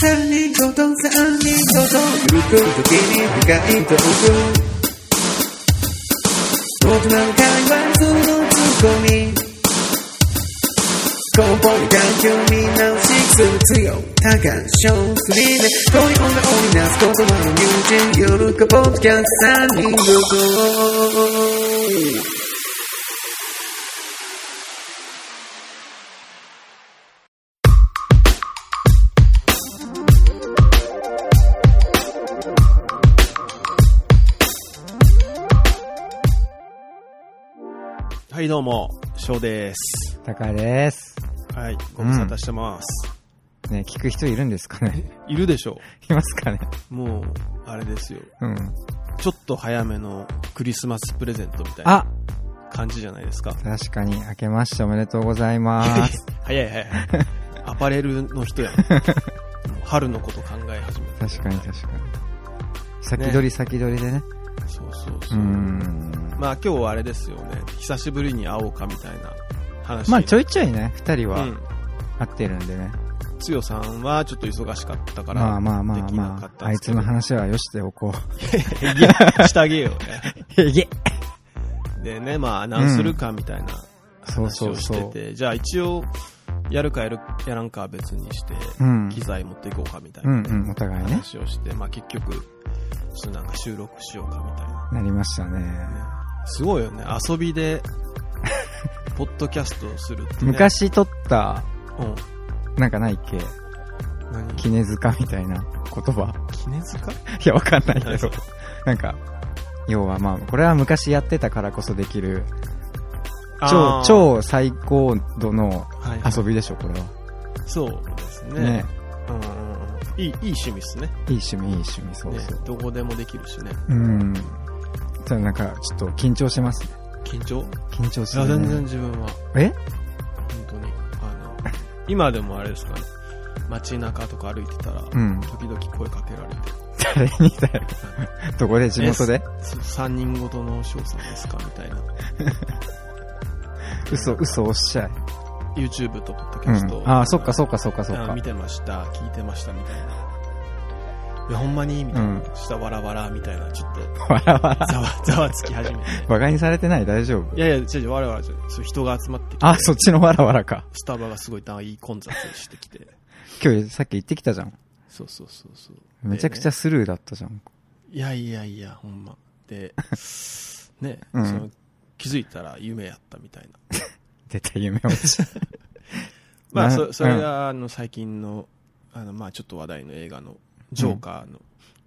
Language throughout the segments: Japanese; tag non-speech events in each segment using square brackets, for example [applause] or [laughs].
三人ごと三人ごとゆく時に深いトーク僕なんかはそのツッコミ根本環境見直しする強多感症フリーで恋女を織りなす言葉の友人夜かポッドキャスト三人ごとはい、どうも、翔です。高谷です。はい、ご無沙汰してます。ね、聞く人いるんですか [laughs] ねいるでしょいますかねうもう、あれですよ。うん。ちょっと早めのクリスマスプレゼントみたいなあ感じじゃないですか。確かに、明けましておめでとうござ [laughs] います。早い早い。 [laughs] アパレルの人やん。もう春のこと考え始めた。確かに確かに。先取り先取りでね。そうそううそーう。ん。まあ今日はあれですよね。久しぶりに会おうかみたいな話。まあちょいょいちょいね、二人うはん。会ってるんでね。つよさんはちょっと忙しかったから。まあまあまあできなかまったんあ、あでいすけつどの話はよしておこ [laughs] してあげようね。う。えげでね、まあ、何するかみたいなそう話そをうしそてう。て、じゃあ一応、やるかやるやらんかは別にして、うん。機材持っていこうかみたいうんなうん、お互いね。話をして、まあ結局、ちょっとなんか収録しようかみたいな。なりましたね。すごいよね、遊び [laughs] で、ポッドキャストをするって、ね。昔撮った、うん。なんかないっけ何き絹塚みたいな言葉。絹塚 [laughs] いや、わかんないけ何そどれ。なんか、要はまあ、これは昔やってたからこそできる、あ超ー、超最高度のはい、遊びでしょ、これは。そうですね。ねうんうんうん。いい、いい趣味っすね。いい趣味、いい趣味、そうそう。ねどこでもできるしね。うん。じゃあなんか、ちょっと緊張しますね。緊張緊張いすや、る、全然ね。自分は。え本当に。あの、今でもあれですかね。街中とか歩いてたら、うん。時々声かけられて、誰に [laughs] だよ。どこで地元で3人ごとの翔さんですかみたいな。嘘、嘘おっしゃい。 YouTube とポッドキうャスト、ん。ああ、そっかそっかそっかそっあのか見。てました、聞いてました、みたいな。いや、ほんまにみたいな。したわらわら、みたいな、ちょっと、わらわら。ざわ、 [laughs] ざわつき始めて。馬鹿にされてない大丈夫いやいや、違う違う、わらわらじゃないそう人が集まってきて、あ、そっちのわらわらか。スタバがすごい大混雑してきて。今日さっき行ってきたじゃん。そうそうそうそう。めちゃくちゃスルーだったじゃん。いやいやいや、ほんま。 [laughs] で、ね、うんその気づいたら夢やったみたいな。絶対夢 [laughs] 落ち。まあ、なそそれが、あの、最近の、あの、まあ、ちょっと話題の映画の、ジョーカーの、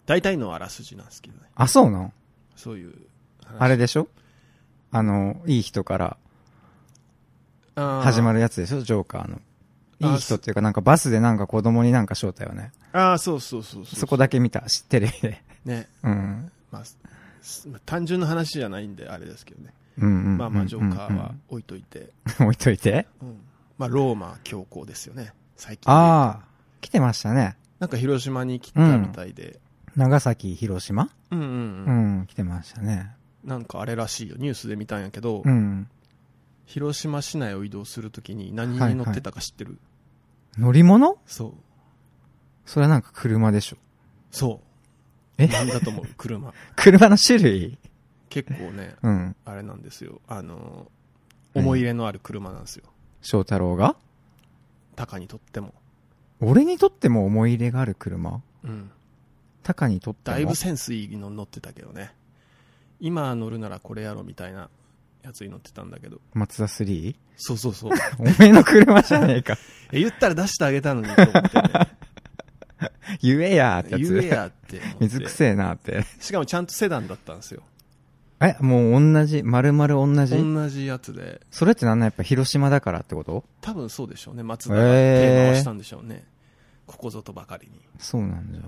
大体のあらすじなんですけどね。あ、そうなのそういう話。あれでしょあの、いい人から始まる。るやつでしょジョーカーの。あーいい人っていうか、なんかバスでなんか子供になんか招待をね。ああ、そうそうそうそう。そこだけ見たし、テレビで。ね。うん。まあ、す単純な話じゃないんで、あれですけどね。うんうんうんうん。まあまあ、ジョーカーは置いといて。うん。置いといて。うん。まあ、ローマ教皇ですよね。最近。ああ、来てましたね。なんか広島に来たみたいで。長崎、広島うんうんううん。ん、来てましたね。なんかあれらしいよ。ニュースで見たんやけど、うん。広島市内を移動するときに何に乗ってたか知ってる、乗り物そう。それはなんか車でしょ。そう。えなんだと [laughs] 思う車。車の種類結構ね、うん。あれなんですよ。あのー、何思い入れのある車なんですよ。翔太郎がタカにとっても。俺にとっても思い入れがある車うん。タカにとってもだいぶセンスいいの乗ってたけどね。今乗るならこれやろみたいなやつに乗ってたんだけど。マツダ 3? そうそう [laughs] そう。おめえの車じゃねえか。え、言ったら出してあげたのにと思 [laughs] ってね。言えやーってやつ。言えやって [laughs] 思って。水くせえなーって。しかもちゃんとセダンだったんですよ。え、もう同じ、丸々同じ、同じやつで。それってなんなんやっぱ広島だからってこと多分そうでしょうね。松田がテーマをしたんでしょうね。ここぞとばかりに。そうなんじゃ。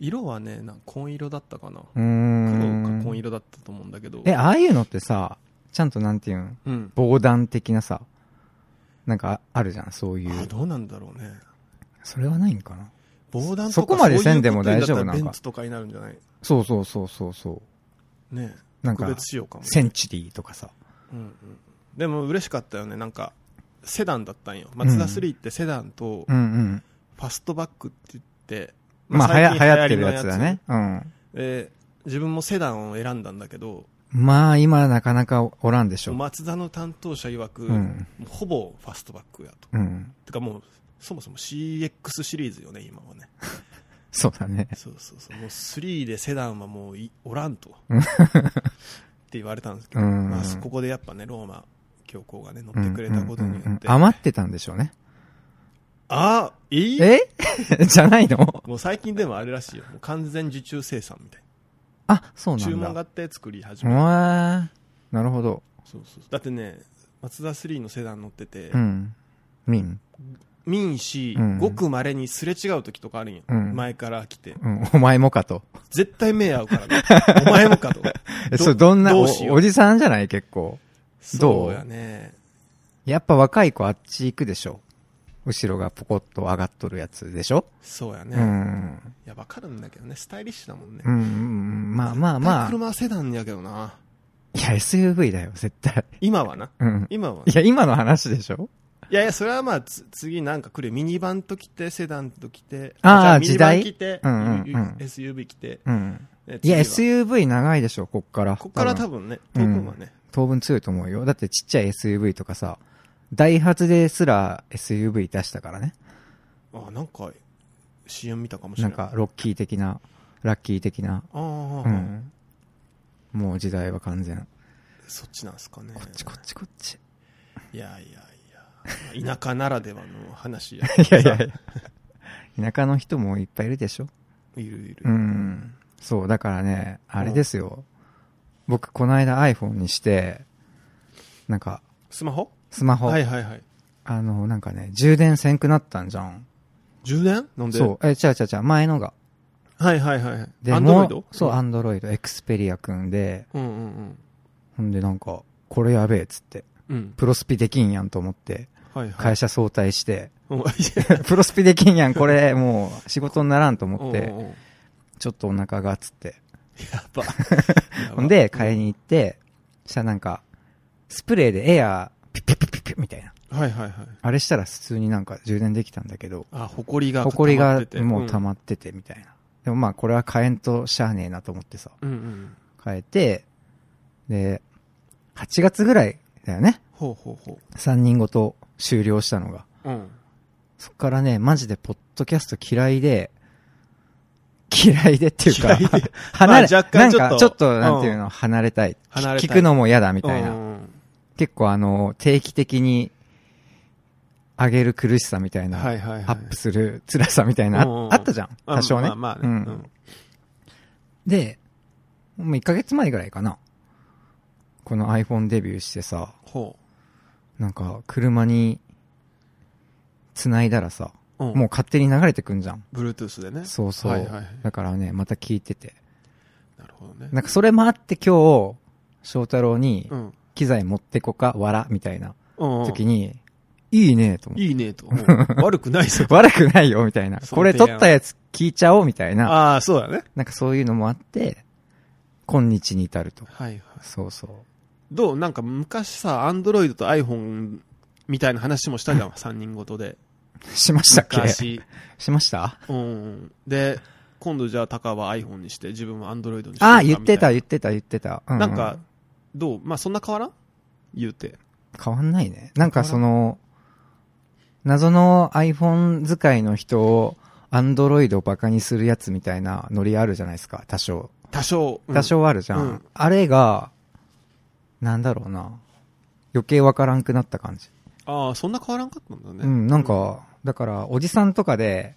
色はね、なんか紺色だったかな。うー黒か紺ん。色だったと思うんだけど。え、ああいうのってさ、ちゃんとなんていうん、うん。防弾的なさ、なんかあるじゃん、そういあ、う。どうなんだろうね。それはないんかな防弾とかそこまでせんでもそういうこと大丈夫なのかにったらベンツとかになるんじゃないそうそうそうそうそう。ねなん特か、別仕様かもね。センチュリーとかさ。うんうん。でも嬉しかったよね。なんか、セダンだったんよ。マツダ3ってセダンとうんうん。ファストバックって言って、まあ、はや、流行ってる最やつ近だ流行りね。うん。のやつ。で、自分もセダンを選んだんだけど、まあ、今なかなかおらんでしょう。松田の担当者曰く、うんもうほぼファストバックやと。うん。てかもう、そもそも CX シリーズよね、今はね。そうだね。そうそうそう。もう3でセダンはもういおらんと。うんって言われたんですけど、うんまあ、ここでやっぱね、ローマ教皇がね、乗ってくれたことにようんうんうんっうんて。余ってたんでしょうね。あ、いいえ [laughs] じゃないのもう最近でもあれらしいよ。もう完全受注生産みたいあ、そうな。な注ん文があだ。って作り始うめる。わーなるほど。そうそうそうだってね、マツダ3のセダン乗ってて、うん。ミン。ミンシう、んごく稀にすれ違う時とかあるんよ。うん前から来て。うん、お前もかと。絶対目合うからね。お前もか [laughs] と。え、そう、どんな、どおうしようおじさんじゃない結構。どうそうやね。やっぱ若い子あっち行くでしょ。後ろがポコッと上がっとるやつでしょ、そうやうね。ん、いうん。や、わかるんだけどね。スタイリッシュだもんねう。んうん。まあまあまあ。車はセダンやけどな。いや、SUV だよ、絶対。今はな。うん。今は。いや、今の話でしょいやいや、それはまあ、つ次なんか来るよミニバンと来て、セダンと来て、あーじゃミニバン時代来て、うんうんうん SUV 来て、うん。えいや、次は SUV 長いでしょ、こっから。こっから多分。分ね、うトんークンはね、当分強いと思うよ。だってちっちゃい SUV とかさ、ダイハツですら SUV 出したからね。あ、なんか、CM 見たかもしれななんい。か、ロッキー的な、ラッキー的な。あー、うあーん。もう時代は完全。そっちなんすかね。こっちこっちこっち。 [laughs] いやいやいや、まあ田舎ならではの話や。 [laughs] いやいやい [laughs] や。田舎の人もいっぱいいるでしょいるいる。うん。そう、だからね、あれですよ。僕、この間 iPhone にして、なんか、スマホスマホ、はいはいはい。あの、なんかね、充電せんくなったんじゃん。充電飲んでそう、え、ちゃうちゃうちゃう、前のが。はいはいはい。でアンドロイもドうそう、アンドロイド、エクスペリア組んで、うんうんうん。ほんでなんか、これやべえっつって、うん。プロスピできんやんと思って、はいはい。会社早退して、 [laughs] うんいプロスピできんやん、これもう仕事にならんとや思っうんて、うんうんちょっとお腹がっつって。やば。 [laughs] ほんで、買いに行って、そしたらなんか、スプレーでエアー、ピッピッピッピッピッみたいな。はいはいはい。あれしたら普通になんか充電できたんだけど、あ、ほこりが。埃がもう溜たまっててみたいな。でもまあこれは買えんとしゃあねえなと思ってさ、うんうんうん。変えて、で、8月ぐらいだよね。ほうほうほ3人ごと終了したのが。う。うん。そっからね、マジでポッドキャスト嫌いで、嫌いでっていうか、嫌いで [laughs] 離まれ、あ若干ちょっとなんかちょっとなんていうの、離れたい。離れたい聞くのも嫌だみみたいな。結構あの、定期的に上げる苦しさみたいな、はいはいはい。アップする辛さみたいな、あうんうんあったじゃん。あ多少ね。まあまあね。ううんん。で、もう1ヶ月前ぐらいかな。この iPhone デビューしてさ、ほなんか車に繋いだらさ、う。うん。もう勝手に流れてくんじゃん。 Bluetooth でね。そうそう。はいはい。だからね、また聞いてて。なるほどね。なんかそれもあって今日、翔太郎にうん。機材持ってこか、わら、みたいなうんうん。時に、いいねと思って。いいねと。うん悪くないぞ [laughs] 悪くないよ、みたいな。 [laughs] そこのれ提案撮ったやつ聞いちゃおう、みたいな。ああ、そうだね。なんかそういうのもあって、今日に至ると。はいはい。そうそう。どうなんか昔さ、Android と iPhone みたいな話もした [laughs] じゃん。3人ごとで。しましたっけ昔。しましたうん。で、今度じゃあタカは iPhone にして、自分は Android にしてるか。ああ、言ってた、み言ってた、言ってた。ういな。なんか、、どうまあそんな変わらん言うて。変わんないね。なんかその、謎の iPhone 使いの人を、アンドロイドをバカにするやつみたいなノリあるじゃないですか、多少。多少。うん多少あるじゃん。うんあれが、なんだろうな。余計わからんくなった感じ。ああ、そんな変わらんかったんだね。うん、なんか、だから、おじさんとかで、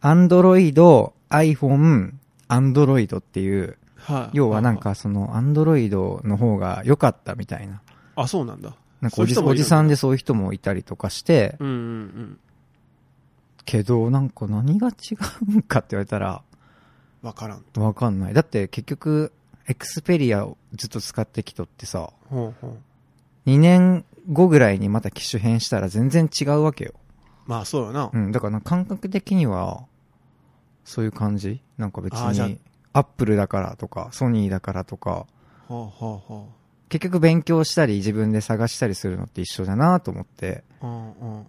アンドロイド、iPhone、アンドロイドっていう、はい。要はなんかその、アンドロイドの方が良かったみたいな。あ、そうなんだ。なんかそういうおじ人もおいるじさんでそういう人もいたりとかして、うんうんけど、なんか何が違うんかって言われたら、うん。わからん。わかんない。だって結局、エクスペリアをずっと使ってきとってさ、ほうほう。 2年後ぐらいにまた機種変したら全然違うわけよ。まあ、そうよなう。ん、だからなんか感覚的には、そういう感じなんか別あーじゃに、アップルだからとか、ソニーだからとか、ほうほうほ結局勉強したり自分で探したりするのって一緒だなと思って、う。うんうん。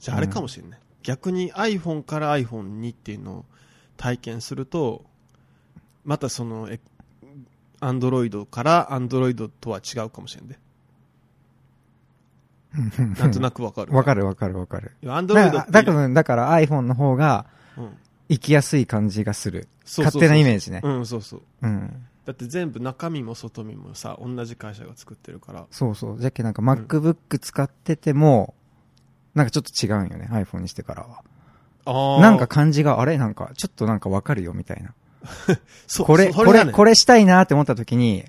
じゃあ、あれかもしれない。逆に iPhone から iPhone にっていうのを体験するとまたそのえ Android から Android とは違うかもしれんでなんとなくわかる [laughs] わかるるわかるわかる。だ Android かっらてだから、だから iPhone の方がうん行きやすい感じがする。そうそう勝そう手なイメージね。うんそうそううん。だって全部中身も外身もさ同じ会社が作ってるからそうそう。じゃっけなんか MacBook 使ってても、なんかちょっと違うんよね。iPhone にしてからは。あーなんか感じが、あれなんか、ちょっとなんかわかるよみたいな。そうこれ、そこがれ、ねこれしたいなって思った時に、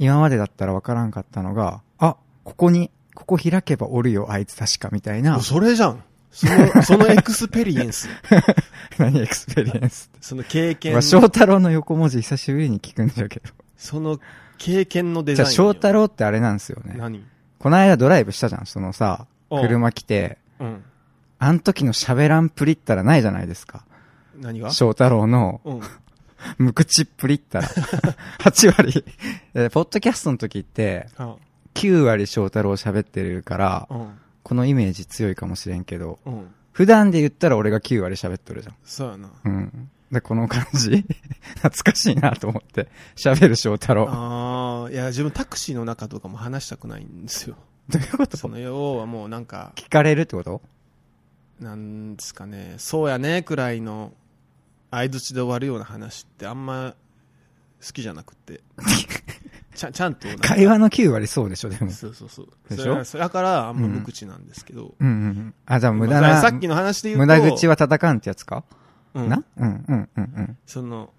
今までだったらわからんかったのが、あ、ここに、ここ開けばおるよ、あいつ確かみたいなお。それじゃんそのそのエクスペリエンス何エクスペリエンスその経験まあ、翔太郎の横文字久しぶりに聞くんだけど。その経験のデじザイゃあン翔太郎郎ってあれなんですよね。何この間ドライブしたじゃん、そのさ、うん車来て、うんあの時の喋らんプリったらないじゃないですか。何が翔太郎 [laughs] のうん無口っぷり [laughs] ったら。8割。えポッドキャストの時って、あ9割翔太郎喋ってるから、うんこのイメージ強いかもしれんけど、うん普段で言ったら俺が9割喋っとるじゃん。そうやなうん。で、この感じ [laughs] 懐かしいなと思って、喋る翔太郎。ああいや自分タクシーの中とかも話したくないんですよどういうことその要はもうなんか聞かれるってことなんですかねそうやねくらいの相づちで終わるような話ってあんま好きじゃなく [laughs] てちゃちゃんとなんか会話の9割そうでしょ、でも。そうそうそうでしょそれはそれだからあんま無口なんですけど、うんうんうん。あ、じゃあ無ま駄なあ、さっきの話で言う無と駄口は叩かんってやつか、うんなうんうんうんうん。その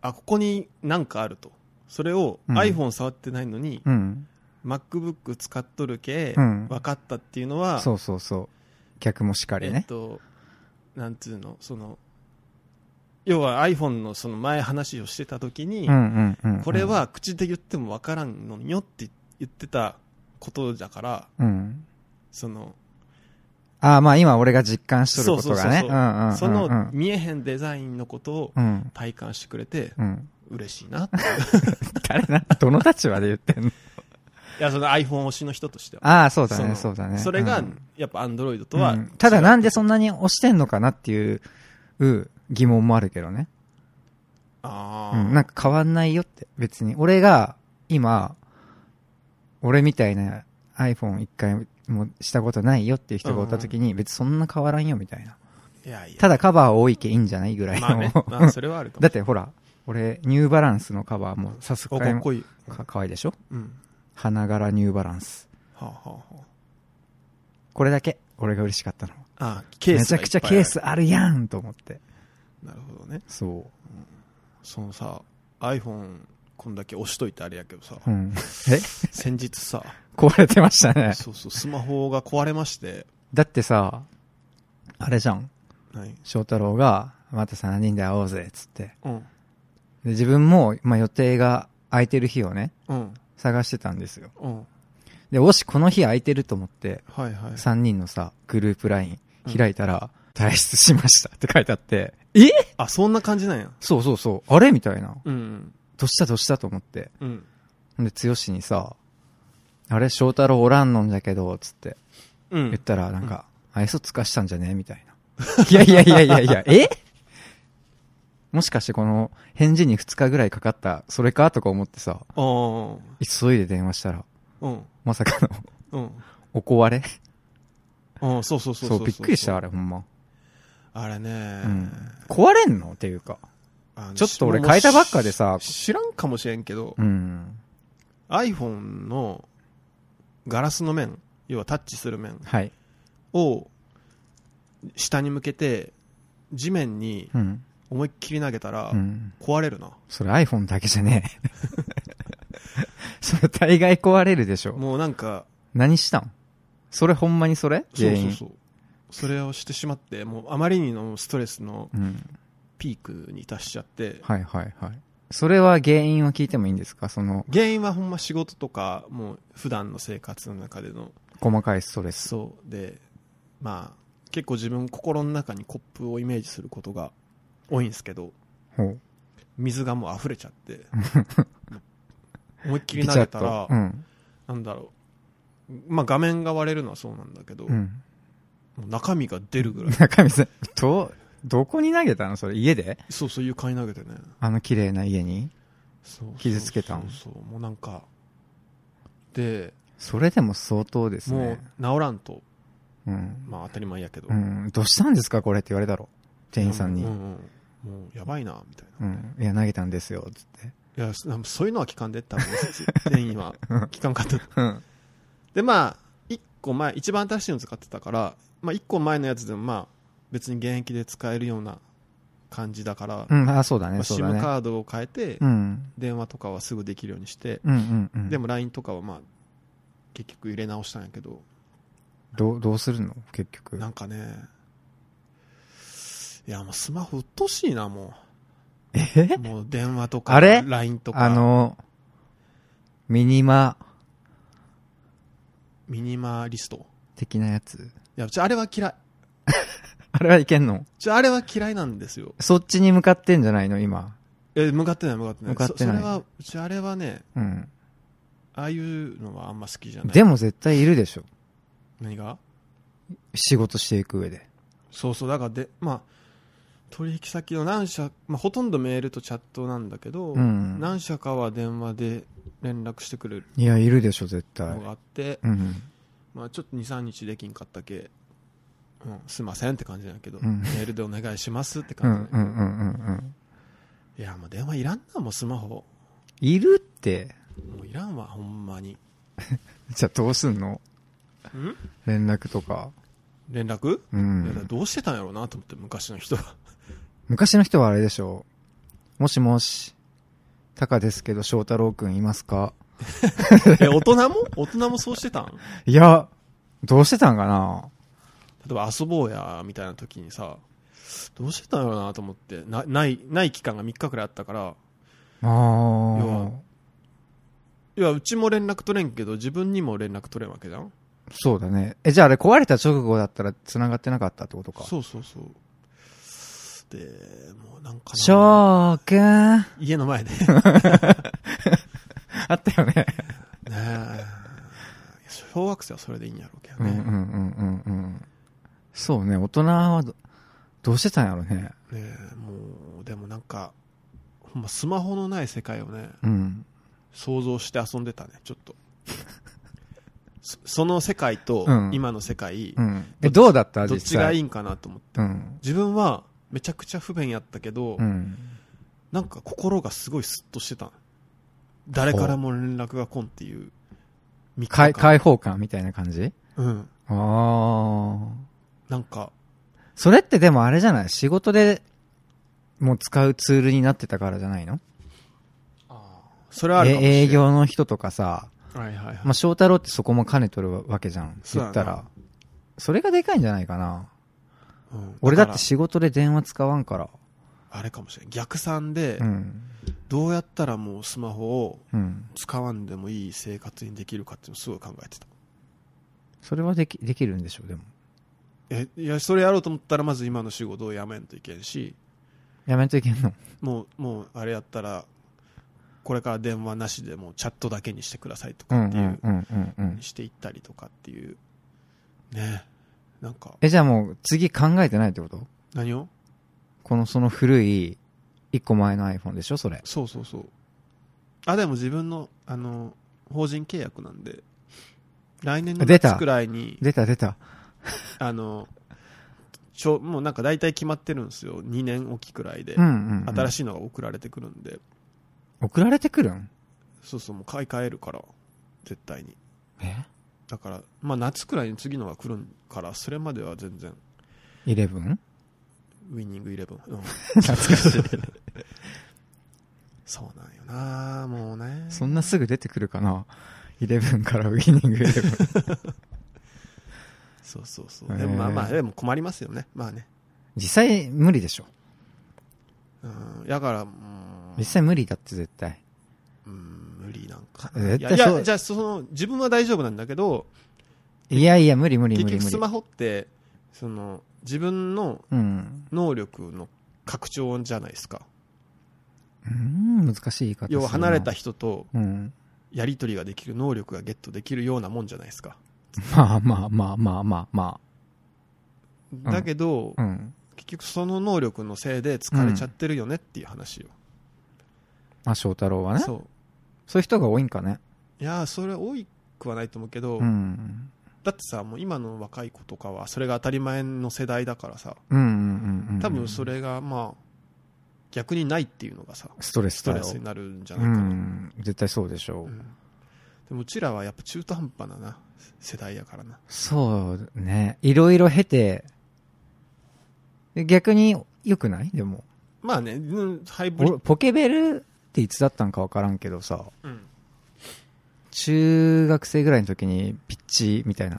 あここに何かあるとそれをうん iPhone 触ってないのにう、ん。 MacBook 使っとるけ、うん分かったっていうのはそうそうそう。逆もしかりえっね。と、なんつうの、その、要は iPhone のその前話をしてた時に、うんうんうん。これ、は口で言ってもわからんのよって言ってたことだから、うん。その、ああ、まあ今俺が実感しとることがね。そうそうそうそううんうんうんうんその見えへんデザインのことをうん。体感してくれて、うん。嬉しいなって。い誰な、どの立場で言ってんの [laughs] や、その iPhone 推しの人としては。ああ、そうだね、のそうだね。それがうん、やっぱ Android とは、うんただなんでそんなに押してんのかなっていうう疑問もあるけどね。あうあ、ん。なんか変わんないよって。別に。俺が今、俺みたいな iPhone 一回もしたことないよっていう人がおった時に、別にそんな変わらんよみたいな。いやいや。ただカバー多いけいいんじゃないぐらいの。まあ [laughs] ね、まあそれはあるかも。だってほら、俺、ニューバランスのカバーもさすおがかっこいい。かかわいいでしょうん。花柄ニューバランス。はあ、はあはあ、これだけ、俺が嬉しかったの。あーケーめスちがゃいっぱいあるくちゃケースあるやんと思って。なるほどねそそのさ iPhone こんだけ押しといてあれやけどさう。うん。 [laughs] え先日さ壊れてまし [laughs] たね。そうそうスマホが壊れましてだってさ、あれじゃん。はい翔太郎が、また3人で会おうぜ、っつって。うんで、自分も、まあ、予定が空いてる日をね、うん探してたんですよ。うんで、もしこの日空いてると思って、はいはい3人のさ、グループ LINE 開いたら、退出しましたって書いてあって、えあそんな感じなんやそうそうそう。あれみたいな。うんどうしたどうしたと思って。うんで、つよしにさ、あれ翔太郎おらんのんじゃけど、つってうんうん言ったら、なんか、愛想つかしたんじゃねみたいな。いやいやいやいやいや、えもしかしてこの返事に2日ぐらいかかった、それかとか思ってさ、あー急いで電話したら、うんまさかうの、んお壊れうんそうそうそうそう、びっくりした、あれれ、ほんま。あれね、うん。壊れんのっていうか。あのちょっと俺変えたばっかでさし知らんかもしれんけど、うん。 iPhone のガラスの面要はタッチする面はい。を下に向けて地面にうん。思いっきり投げたらうん。壊れるな、それ iPhone だけじゃねえ。 [laughs] それ大概壊れるでしょ。もうなんか何したんそれほんまにそれそう原そう因そうそれをしてしまってもうあまりにのストレスのうん。ピークに達しちゃってはいはいはい。それは原因を聞いてもいいんですかその、原因はほんま仕事とかもう普段の生活の中での細かいストレス。そうでまあ結構自分心の中にコップをイメージすることが多いんですけどほう。水がもう溢れちゃって [laughs] もう思いっきりビ投チャげッたらと。うん。なんだろう、まあ、画面が割れるのはそうなんだけど、うん。もう中身が出るぐらい [laughs] 中身さん、ど、どこに投げたのそれ、家でそうそう床に投げてねあの綺麗な家にそうそう傷つけたんそうそうもうなんかでそれでも相当ですもうね。治らんとうん。まあ当たり前やけど、うん。どうしたんですかこれって言われたろ。店員さんに。ううん。んうんもうやばいなみたいいや、投げたんですよ。つって。ないやそそういうのは聞かんでったもん店員 [laughs] はうん聞かんかったうん。でまあ一個前一番新しいの使ってたから、まあ、一個前のやつでもまあ別に現役で使えるような感じだから、うん、あ、そうだまね、あ、そうだね SIM。カードを変えてうん。電話とかはすぐできるようにして、うんうんうん。でも LINE とかはまあ結局入れ直したんやけどどう、どうするの結局。なんかねいやもうスマホうっとうしいなもえうもう電話とかあれ LINE とかあの、ミニマミニマリスト的なやつ。 [laughs] いやうちあれは嫌いあれはいけんのうちあれは嫌いなんですよそっちに向かってんじゃないの今。え向かってない向かってない向かってないそそれはうちあれはねうん。ああいうのはあんま好きじゃないでも絶対いるでしょ。何が仕事していく上で。そうそうだからでまあ取引先の何社、まあ、ほとんどメールとチャットなんだけど、うん何社かは電話で連絡してくれるいや、いるでしょ、絶対の。があって、うん。まあ、ちょっと23日できんかったけ、うん、すいませんって感じなんやけど、うんメールでお願いしますってうんうん感じうなんんやけど、うんうん。いやもう電話いらんなもうスマホもいるって。ういらんわほんまにじゃあどうすんの連絡とか。連絡、ういやだからん。どうしてたんやろうなと思って昔の人 [laughs] は昔の人はあれでしょう。もしもし。タカですけど、翔太郎くんいますかえ大人も大人もそうしてたんいや、どうしてたんかな例えば遊ぼうやみたいな時にさどうしてたんやろうなと思ってなないない期間が3日くらいあったからあやあ。いやうちも連絡取れんけど自分にも連絡取れんわけじゃんそうだね。え、じゃああれ壊れた直後だったら繋がってなかったってことか。そうそうそうでもうなんかな翔くん。あ家の [laughs] 前でねったよね。え小学生はそれでいいんやろうけどうんうんうね,、んうんうん。そうね、大人はどどうしてたんやろね。ねえもうでもなんかほんまスマホのない世界をねうん。想像して遊んでたねちょっ [laughs] とそその世界とうん今の世界、うん。え、どうだったどっ実ちが際。いいんかなと思ってうん。自分はめちゃくちゃ不便やったけど、うん。なんか心がすごいスッとしてた誰からも連絡が来んっていう3解、日間解放感みたいな感じうんああ。なんかそれってでもあれじゃない仕事でもう使うツールになってたからじゃないのそれはあるかもしれえん営業の人とかさ、はいはいはい、まあ、翔太郎ってそこも兼ねとるわけじゃん。そう言やなったら。それがでかいんじゃないかな。うん俺だっかてら仕事で電話使わんから。あれかもしれん逆算でうん。どうやったらもうスマホをうん。使わんでもいい生活にできるかっていうのをすごい考えてたそれはでき、できるんでしょう、でも。えいやそれやろうと思ったらまず今の仕事をやめんといけんしやめんといけんの。もうもうあれやったらこれから電話なしでもうチャットだけにしてくださいとうかんうっていうんうんうんうんに。していったりとかっていうねなんかえ、じゃあもう次考えてないってこと何をこの、その古い、一個前の iPhone でしょ、それ。そうそうそうあでも自分のあの法人契約なんで来年の出た夏くらいに出た出た。あのちょもうなんか大体決まってるんですよ2年おきくらいで、うんうん、うん。新い。しいのが送られてくるんで送られてくるんそうそうもう買い替えるから絶対にえだから、まあ、夏くらいに次のが来るからそれまでは全然 ?11? ウィニングイレブン、うん、懐かしい。そうなんよなもうねそんなすぐ出てくるかな11からウィニング11。そうそうそへう。ーでもまあまあ、でも困りますよね。まあね。 [laughs] 実際無理でしょ。うん。だから、うん実際無理だって絶対。うん、無理なんかな。絶い対や、いそやうじゃあその、自分は大丈夫なんだけど、いやいや、無理無理結無理局無ス理マ。ホって、その、自分のうん。能力の拡張じゃないですか。うーん、難しい言い方する要なは離れた。人とうん。やり取りができる能力がゲットできるようなもんじゃないですか。まあまあまあまあまあまだけど、うん。結局その能力のせいで疲れちゃってるよねっていう話よ、まあ、翔太郎はね。そうそいう人が多いんかね。ういやーそれは多くはないと思うけど、うん。だってさもう今の若い子とかはそれが当たり前の世代だからさうんうんうんうん。多分そ。れがまあ逆にないっていうのがさストレスストだレよ。スになるんじゃなういかな、ん。絶対そうでしょうう。んでもうちらはやっぱ中途半端なな世代やからなそうね。いろいろ経て、で逆に良くないでも。まあね、うんハイブリッ俺ポケベルっていつだったんかわからんけどさ、うん中学生ぐらいの時にピッチみたいな。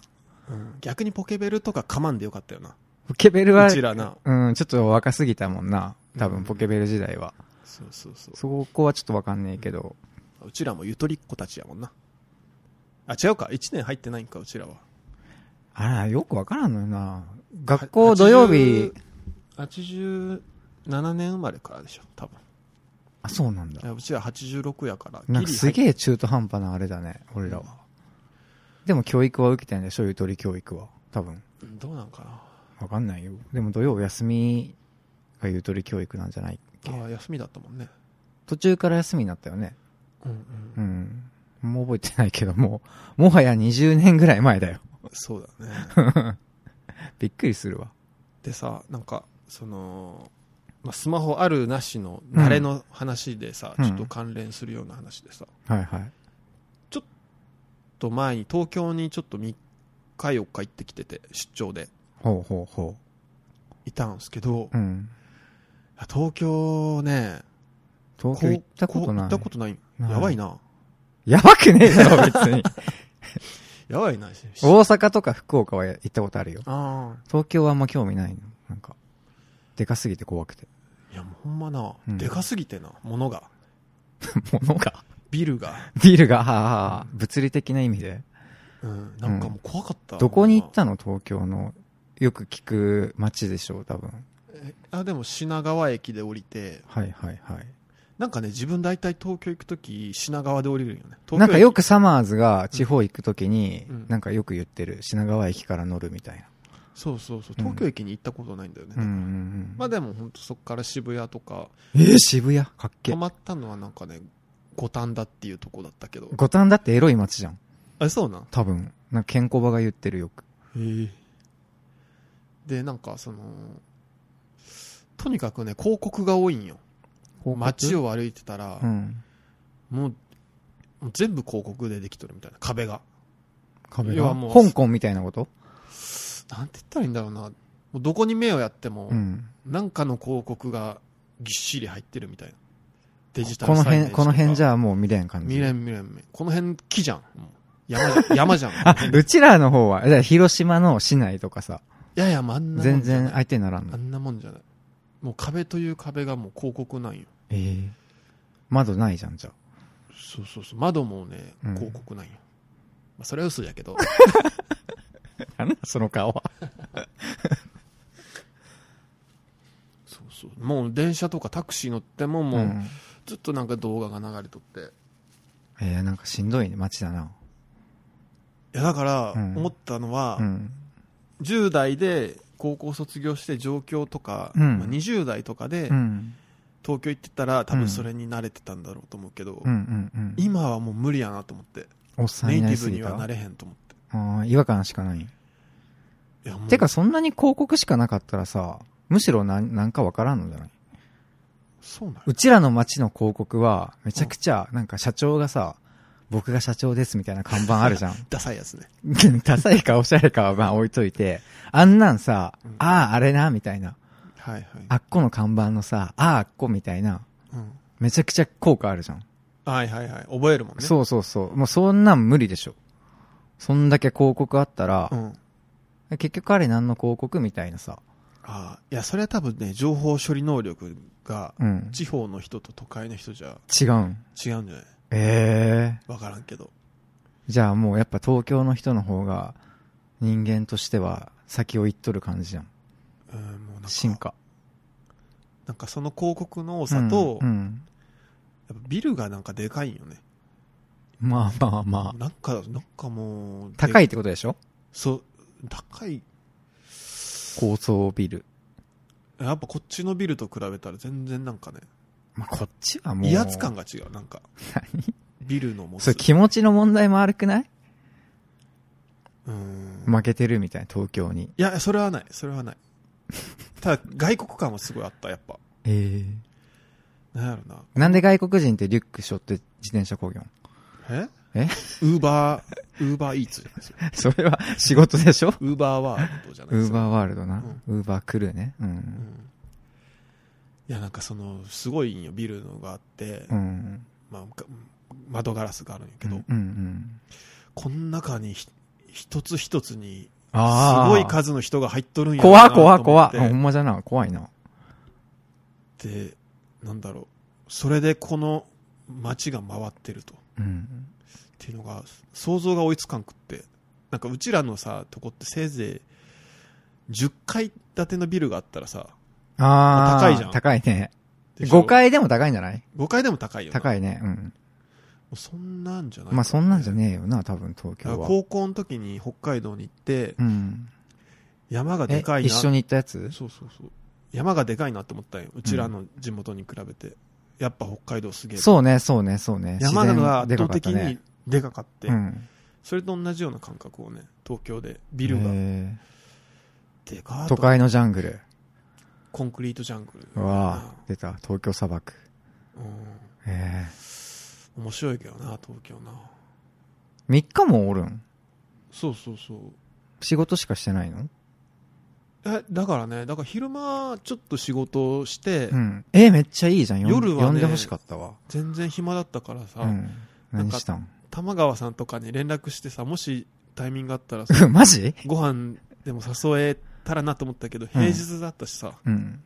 逆にポケベルとかかまんでよかったよなポケベルはう、ちらなうん、ちょっと若すぎたもんな。多うん分ポケベル時代は。そうそうそうそこはちょっとわかんねえけど。うちらもゆとりっ子たちやもんなあ違うか1年入ってないんかうちらはあら、よくわからんのよな。学校土曜日80、87年生まれからでしょ多分あ、そうなんだい。やうちら86やからなんかすえげえ中途半端なあれだね、俺らは。でも教育は受けてんでしょ、ゆとり教育は。多分。どうなんかなわかんないよ。でも土曜休みがゆとり教育なんじゃないああ休みだったもんね途中から休みになったよね。うんうんうん。もう覚えてないけど、もう、もはや20年ぐらい前だよ。そうだね [laughs] びっくりするわ。でさなんかその、まあ、スマホあるなしの慣れの話でさ、うんちょっと関連するような話でさ、ちょはいはい。っと前に東京にちょっと3日4日行ってきてて出張でほうほうほいたんですけど、う。うん。東京ね東京行ったことない。行ったことないないやばいなやばくねえだ [laughs] ろ、別に。やばいなし大阪とか福岡は行ったことあるよ。あ東京はあんま興味ないの。なんか、でかすぎて怖くて。 [laughs] ーいやもうほんまな、うんでかすぎてな物が物が。ビルが、ビルが、はあはあ物理的な意味で。うん、なんかもう怖かった、どこに行ったの東京の。よく聞く街でしょう、多分。えあでも品川駅で降りてはいはいはい。なんかね自分大体東京行く時品川で降りるんよね東京駅なんかよくサマーズが地方行くときに、うんなんかよく言ってる、品川駅から乗るみたいそうそうそううん東京駅に行ったことないんだよね、な。うんうんうん。まあでも本当そこから渋谷とかえー、渋谷かっけ泊。まったのはなんかね五反田っていうとこだったけど五反田ってエロい街じゃん。あそうなん多分。なんか健康場が言ってるよく。でなんかそのとにかくね広告が多いんよ街を。を歩いてたらう、ん。もうもう全部広告でできとるみたいな壁が壁要がはもう香港みたいなことなんて言ったらいいんだろうなもうどこに目をやっても、うん。なんかの広告がぎっしり入ってるみたいなデジタルこのサイネー辺、ジとかこの辺じゃもう見れん感じ。未練未練未練この辺木じゃん。もう山じゃん。山じゃん。 [laughs] [laughs] あ、うちらの方は、だから広島の市内とかさ、いやいや、まああんなもんじゃな全い然相手にならんあの。んなもんじゃない。もう壁という壁がもう広告なんよ。ええ窓ないじゃん、じゃあそうそうそう。窓もね、うん広告なんよ。まあ、それは嘘やけ [laughs] ど。 [laughs] なんだその顔は。そうそう。もう電車とかタクシー乗ってももう。うんずっとなんか動画が流れとって。いえー、なんかしんどいね、街だな。や、だからうん思ったのは、うん。 10代で高校卒業して上京とか、うんまあ、20代とかでうん。東京行ってたら多分それに慣れてたんだろうと思うけど、うんうんうん。今はもう無理やなと思って。おっさんネイテになりィブすぎにたはなれへんと思ってああ、違和感しかない。いやもうてか、そんなに広告しかなかったらさ、むしろなんなんかわからんのじゃないそうなんや。うちらの街の広告は、めちゃくちゃ、なんか社長がさ、僕が社長ですみたいな看板あるじゃんダサいやつね [laughs] ダサいかおしゃれかはまあ置いといて、あんなんさ、うんああ、あれな、みたいな。はいはいあっこの看板のさ、ああ、あっこみたいな。うん、めちゃくちゃ効果あるじゃん。はいはいはい覚えるもんねそうそうそう。もうそんなん無理でしょ。そんだけ広告あったらう、ん結局あれ何の広告みたいなさ。ああいやそれは多分ね情報処理能力がうん。地方の人と都会の人じゃ違うん。違うんじゃないええ分からんけどじゃあもうやっぱ東京の人の方が人間としては先を行っとる感じじゃん。うんもうなんか進化。なんかその広告の多さと、うんやうんっぱビルがなんかでかいんよねまあまあまあ。なんかなんかもうで高いってことでしょそう高い高層ビル。やっぱこっちのビルと比べたら全然なんかね、まあ、こっちはもう。威圧感が違う、なんか。ビルの持 [laughs] そつ。れ気持ちの問題も悪くないうん。負けてるみたいな、東京に。いや、それはない、それはない。ただ、外国感はすごいあった、やっぱ。えなんやろな。なんで外国人ってリュック背負って自転車こぎょんええウーバー、ウーバーイーツじゃないですよ。 [laughs] それは仕事でしょウーバーワールドじゃないウですーよ。バーワールドな。ウーバー来るね。う。うんんいや、なんかその、すごいんよ、ビルのがあって、うん。まあ、が窓ガラスがあるんやけど、うんうん。この中にひ一つ一つに、すあーごい数の人が入っとるんやろう怖なっ怖っ怖っ。とほ思んまじゃな。怖いな。ってで、なんだろう。それでこの街が回ってると。っうん。ていうのが、想像が追いつかんくって。なんかうちらのさ、とこってせいぜい10階建てのビルがあったらさ、ああ。高いじゃん高いね。でしょ5階でも高いんじゃない5階でも高いよな。も高いね。うん。うそんなんじゃないまあそんなんじゃねねえよな、多分東だか京らは。高校の時に北海道に行って、うん。山がでえかいな。一緒に行ったやつそうそうそう。山がでかいなって思ったんよ。うちらの地元に比べて。やっぱ北海道すげえ。そうね、そうね、そうね。山が圧自倒然でかかっ的たねにでかかって、うん。それと同じような感覚をね、東京で、ビルが、へでかーー都と会のジャングル。コンクリートジャングル。わあ、出た。東京砂漠。うんええ。面白いけどな、東京な。 3日もおるんそうそうそう。仕事しかしてないのえ、だからね、だから昼間ちょっと仕事をして、うん。えー、めっちゃいいじゃん。よん夜はね呼んでほしかったわ。全然暇だったからさ、うん。何したん [laughs] 玉川さんとかに連絡してさ、もしタイミングがあったら [laughs] さ、マジご飯でも誘えたらなと思ったけど、平日だったしさ、うん。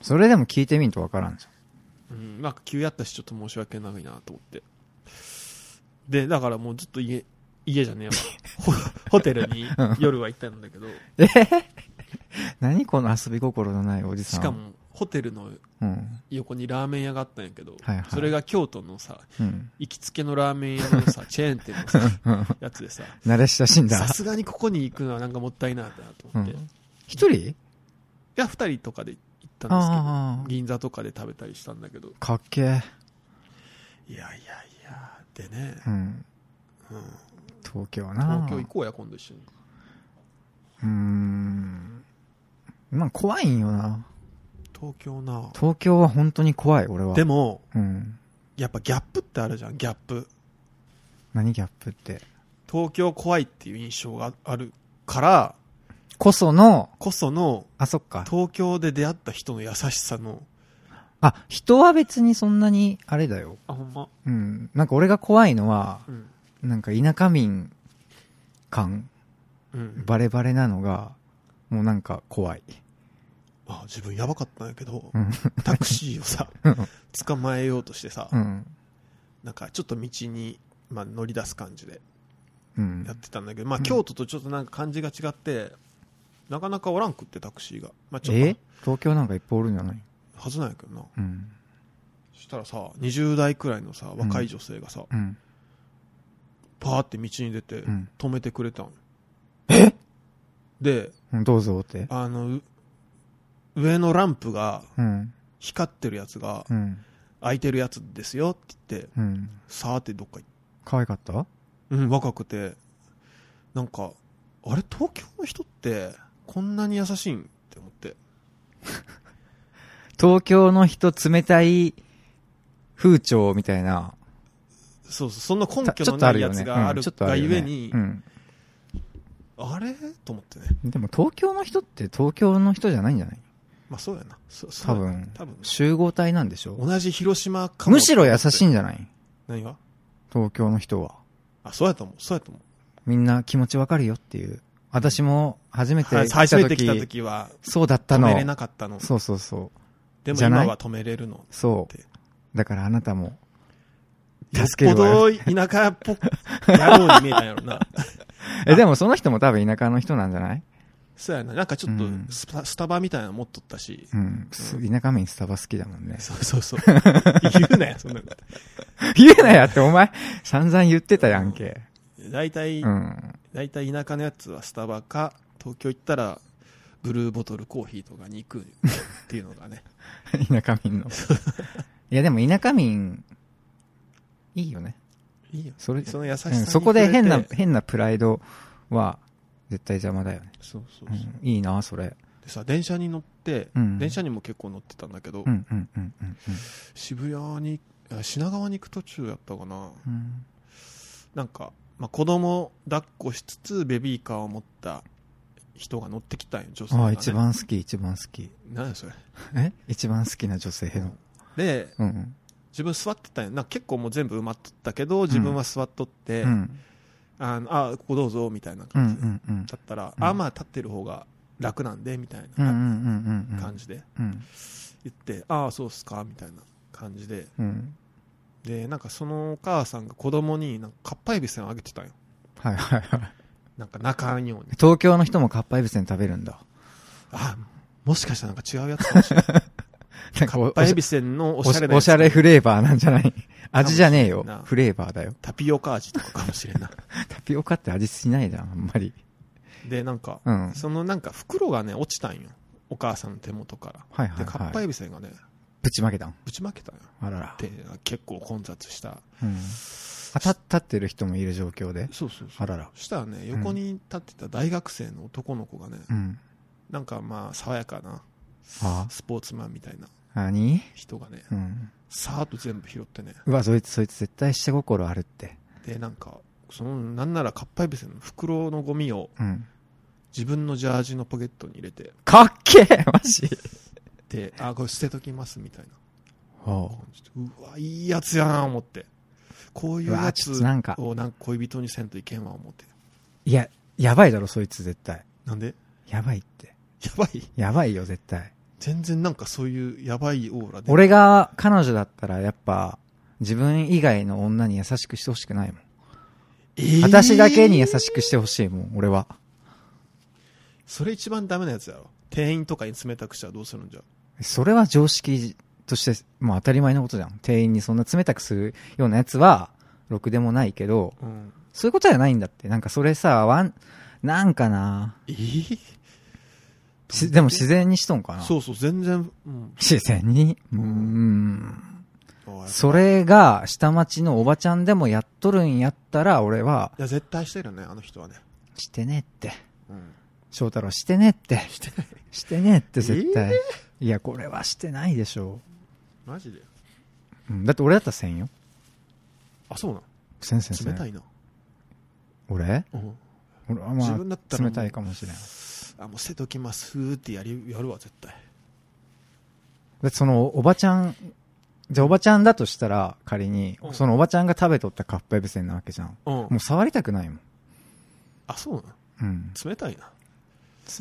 それでも聞いてみんとわからんじうん、なんか急やったし、ちょっと申し訳ないなと思って。で、だからもうずっと家、家じゃねえわ。 [laughs] ホホテルに夜は行ったんだけど、ゃん。えへへ何この遊び心のないおじさん。しか。もホテルのうん。横にラーメン屋があったんやけど、はいはいそれが京都のさ、うん。 [laughs] 行きつけのラーメン屋のさ、チェーン店のさ、やつで [laughs] さ、慣れ親しんださ。すがにここに行くのはなんかもったいないなとう思って、いん。一人や、二人とかで行ったんですけあどあ、銀座とかで食べたりしたんだけど、かっけえ。いやいやいや、でね、うん。うん東京な東京行こうや、今度一緒に。うーん。まあ怖いんよな。東京な。東京は本当に怖い、俺は。でも、うん。やっぱギャップってあるじゃん、ギャップ。何ギャップって。東京怖いっていう印象があるから、こその、こその、あ、そっか。東京で出会った人の優しさの、あ、人は別にそんなに、あれだよ。あ、ほんま。うん。なんか俺が怖いのは、うん。なんか田舎民感、うん。バレバレなのが、もうなんか怖い。あ、自分やばかったんやけどう、ん。タクシーをさうん、捕まえようとしてさう、ん。なんかちょっと道に、まあ乗り出す感じでうんやってたんだけど、まあ京都とちょっとなんか感じが違って、なかなかおらんくってタクシーが。まあちょっえ東京なんかいっぱいおるんじゃないと、はずなんやけどな。うん。そしたらさ、20代くらいのさ、若い女性がさ、うん。パーって道に出て、ん止めてくれたん、で、うんどうぞって。あの、う上のランプが、うん。光ってるやつがう、ん。開いてるやつですよって言って、うん。さーってどっか行っ可愛かったうん、若くて、なんか、あれ、東京の人って、こんなに優しいんって思って。東京の人冷たい風潮みたいな。そうそう、そんな根た拠ちょのっとあないるよやね。つがあうるんちょっとあがるよゆねえにう、ん。あれと思ってね。でも東京の人って東京の人じゃないんじゃないまあそうやな。そそ多うやな分多分。集合体なんでしょ同じ広島かもむしろ優しいんじゃない何が東京の人は。あ、そうやと思う。そうやと思う。みんな気持ちわかるよっていう。私も初めてはい来た初めて来時、た時は、そうだった止のめ。れなかったの。そうそうそう。でもじゃない今は止めれるの。そってう。だからあなたも、助助けけるわよ。ほど田舎っぽく、野郎に見えたんやろな。 [laughs] え、でもその人も多分田舎の人なんじゃないそうやな。なんかちょっとうんスタ、スタバみたいなの持っとったし。うん。す田舎民スタバ好きだもんね。そうそうそう。言うなよ、そんなこと。言うなやってお前、散々言ってたやんけ。大体う、ん。大体田舎のやつはスタバか、東京行ったら、ブルーボトルコーヒーとかに行くっていうのがね田舎民の。いや、でも田舎民、い [laughs] いよね。いいよそれその優しさうにん、そこで触れ変てな、変なプライドは、絶対邪魔だよね。そうそうそう、うん、いいな、それ。でさ電車に乗って、うん電車にも結構乗ってたんだけど、うん、うん、うん、うん渋谷にあ品川に行く途中やったかなうん。なんか、まあ、子供抱っこしつつベビーカーを持った人が乗ってきたんよ女性うが、ね、ん。ああ、一番好き、一番好き。何やそれえ一番好きな女性の。でうん、うん。自分座ってたんやなんか結構もう全部埋まっとったけど自分は座っとって、うん、あのあここどうぞみたいなうん、う感じで、ん、うん。だったら、うんあまあ立ってる方が楽なんでみたいうん、うん、なうん、うん。感じでうん。言って、ああそうっすかみたいな感じでうん。でなんかそのお母さんが子供になんかかっぱえびせんあげてたんよはい、はい、はい。なんか泣かんように東京の人もかっぱえびせん食べるんだ。あもしかしたらなんか違うやつかもしれないなんかお [laughs] っぱえびせんのおおしゃれなやつおしゃれフレーバーなんじ [laughs] ゃない味じゃねえよな。フレーバーだよ。タピオカ味とかかもしれん [laughs] ないタピオカって味しないじゃん、あんまり。でなんか、うん。そのなんか袋がね落ちたんよお母さんの手元からはいはいでかっぱはい。えびせんがねぶちまけたん。ぶちまけたんよあらら。で結構混雑したうん。あた立ってる人もいる状況で。そうそうそあうらら。したらね横に立ってた大学生の男の子がね、うん。なんかまあ爽やかなあスポーツマンみたいな何人がねうん。さーっと全部拾ってねうわ、そいつ、そいつ絶対下心あるって。でなんかそのなんならかっぱえびせんの袋のゴミをうん。自分のジャージのポケットに入れてかっけえマジであこれ捨てときますみたいなほ感じでうわいいやつやな思ってこういううわやちつょっとなんかをなんか恋人にせんといけんわ思って [laughs] う。いや、やばいだろ、そいつ絶対。なんでやばいって。やばいやばいよ、絶対。全然なんかそういうやばいオーラで俺が彼女だったら、やっぱ、自分以外の女に優しくしてほしくないもん。えー私だけに優しくしてほしいもん、俺は。それ一番ダメなやつやろ店員とかに冷たくしたらどうするんじゃそれは常識として、もう当たり前のことじゃん。店員にそんな冷たくするようなやつは、ろくでもないけど、うんそういうことじゃないんだって。なんかそれさ、わん、なんかなえーしでも自然にしとんかなそうそう全然うん自然に。うー。うんおいそれが、下町のおばちゃんでもやっとるんやったら、俺は、いや絶対してるよねあの人はねしてねって。うん翔太郎、してねって。してない。してねって、絶対。いや、これはしてないでしょマジでう。うん、だって俺だったらせんよ。あそうなせんせんせのん冷たいな、俺うん、俺は自ま分だったあ、ら冷たいかもしれん。あもう捨てときますーってやりやるわ絶対で、その、おばちゃん、じゃあおばちゃんだとしたら、仮にう、んそのおばちゃんが食べとったカップエビせんなわけじゃん。うんもう触りたくないもん。あそうなのうん。冷たいな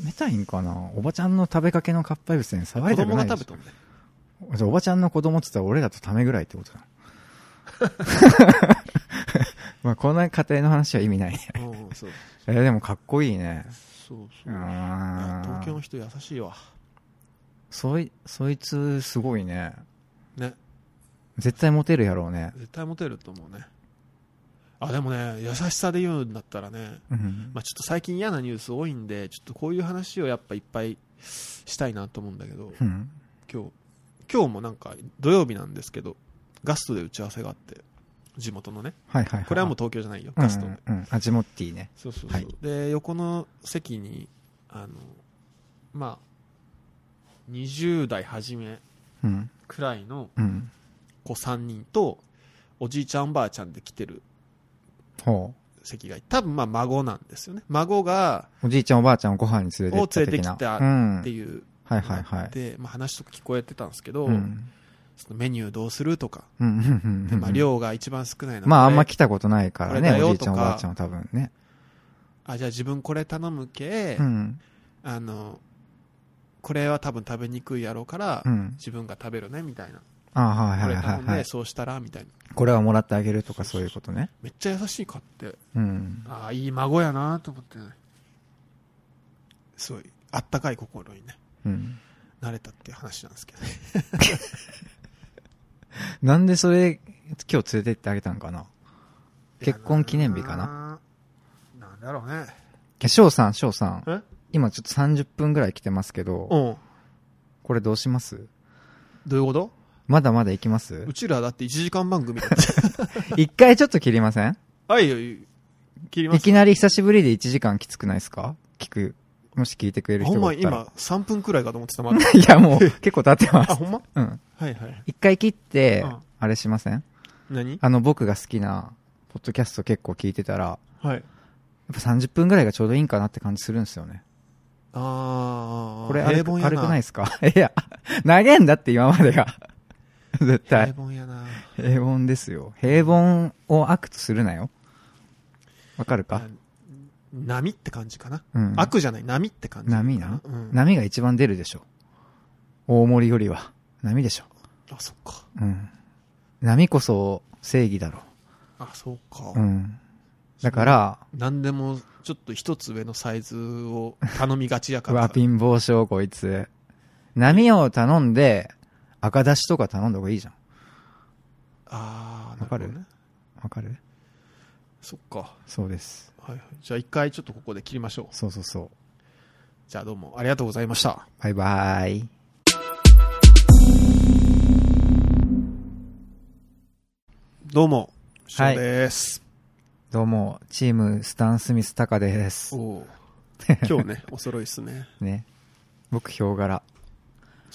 冷たいんかなおばちゃんの食べかけのカップエビせん触り子たく供ながい食べたんねべじゃあおばちゃんの子供って言ったら俺らとためぐらいってこと [laughs] だ。まあ、こんな家庭の話は意味ないね。うんそうえーでもかっこいいね。そうそうういやーん。東京の人優しいわそい、そいつ、すごいね。ね絶対モテるやろうね。絶対モテると思うねあでもね優しさで言うんだったらね、うん。まあ、ちょっと最近嫌なニュース多いんでちょっとこういう話をやっぱいっぱいしたいなと思うんだけどうん。今日今日もなんか土曜日なんですけどガストで打ち合わせがあって地元のねはいはいいこれはもう東京じゃないようんガストで、うんうん、あジモッティね。そうそうそう、はいで横の席にあのまあ20代初めうん。くらいのうん。子3人とおじいちゃんおばあちゃんで来てるほ席がいて多分まあ孫なんですよね孫がう。おじいちゃんおばあちゃんをご飯に連れてをった連れて的な。きたうってん。いう、はいはいはい。で、まあ、話とか聞こえてたんですけど、うん。そのメニューどうするとか、うんうんうんでうん。まあ、量が一番少ないのまああんま来たことないかこれらね、だよおじいちゃんおとかばあちゃんは多分ね。あじゃあ自分これ頼むけ、うん。あのこれは多分食べにくいやろうから、うん。自分が食べるねみたいなあはいこはいれは頼いんはいで。そうしたらみたいなこれはもらってあげるとかそういうことね。めっちゃ優しいかってうん。ああいい孫やなと思ってねすごいあったかい心にねうん。慣れたっていう話なんですけどねなんでそれ、今日連れてってあげたんかな [laughs] 結婚記念日かなななんだろうねえ翔さん、翔さんえ。今ちょっと30分ぐらい来てますけど、うん。これどうしますどういうことまだまだ行きますうちらだって1時間番組だって。 [laughs] 一回ちょっと切りませんはいよ、切りまいす。きなり久しぶりで1時間きつくないですか聞く。もし聞いてくれるほ人んがまいたら。今、3分くらいかと思ってた、 [laughs] まだ。いやもう結構経ってまあ、 [laughs] す。ほんまうん。はいはい。一回切ってうん、あれしません何あの僕が好きな、ポッドキャスト結構聞いてたら、はい。やっぱ30分ぐらいがちょうどいいんかなって感じするんですよね。あー、これ平悪く凡や悪な。くないですか [laughs] いや、投げんだって今までが。 [laughs] 絶対平。凡やな。平凡ですよ。平凡を悪とするなよ。わかるかあ波って感じかな。うん。悪じゃない、波って感じ。波なうん。波が一番出るでしょ。大盛りよりは。波でしょ。あ、そっか。うん。波こそ正義だろあ、そうかう。う。ん。だから、何でも、ちょっと一つ上のサイズを頼みがちやかうわ、ら。貧乏症こいつ。波を頼んで、赤出しとか頼んだ方がいいじゃん。あー、わかるなほどねわかるそっか。そうです。はいはい。じゃあ一回ちょっとここで切りましょう。そうそうそう。じゃあどうもありがとうございました。バイバーイ。どうも、は翔いです。どうも、チームスタン・スミス・タカです。おう今日 [laughs] ね、お揃いっすね。ね。僕、ヒョウ柄。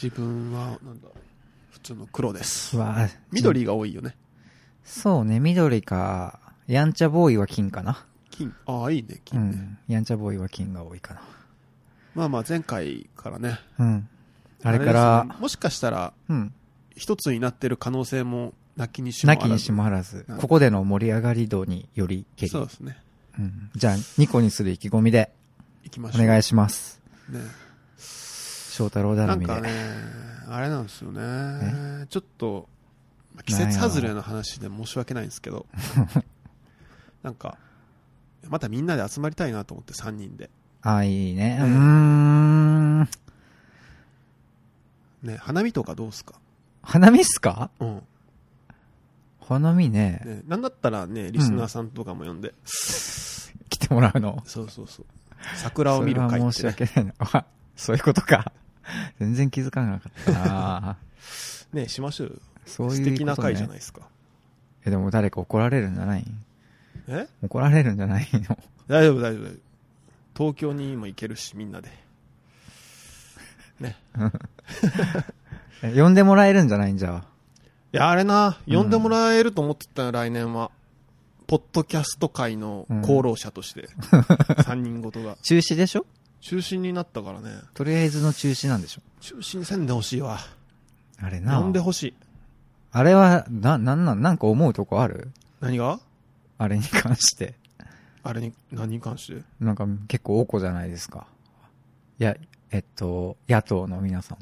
自分は、なんだ、普通の黒ですう。わ緑が多いよね。そうね、緑か。やんちゃボーイは金かな。金。ああ、いいね、金ね。うん。やんちゃボーイは金が多いかまあまあ、前回からね。な。うん。あれかあら、ですねもしかしたら、うん。一つになってる可能性も、なきにしもあならきずにしもあらずう、んここでの盛り上がり度により激そうですね。うん。じゃあ、2個にする意気込みで、行きましおょう。願いしします。ね。翔太郎な頼んみで。かね、あれなんですよね。ちょっと、まあ季節外れの話で申し訳ないんです [laughs] けど、なんか、またみんなで集まりたいなと思って3人で。あ、いいね。ううーんん。ね、花見とかどうすか花見っすかうん。花見ね。ね、なんだったらね、リスナーさんとかも呼んで、来てもらうの。そうそうそう。桜を見る会それはっ申てしね、訳ないな。あそういうことか。 [laughs] 全然気づかなかったなね、しましょうよ。そういうこと、素ね。敵な会じゃないいですか。や、でも誰か怒られるんじゃないえ怒られるんじゃないの [laughs] 大丈夫大丈夫大丈夫。東京にも行けるし、みんなで。ね。え呼んでもらえるんじゃないんじゃあ。いや、あれな、うん呼んでもらえると思ってたよ、来年は。ポッドキャスト界の功労者と [laughs] して、3人ごとが。中止でしょ中心になったからね、とりあえずの中止なんでしょ中心せんでほしいわ。あれな呼んでほしい。あれは、な、なんなん、なんか思うとこある何があれに関して。 [laughs] あれに、何に関してなんか結構おこじゃないですか。いや、えっと、野党の皆さん。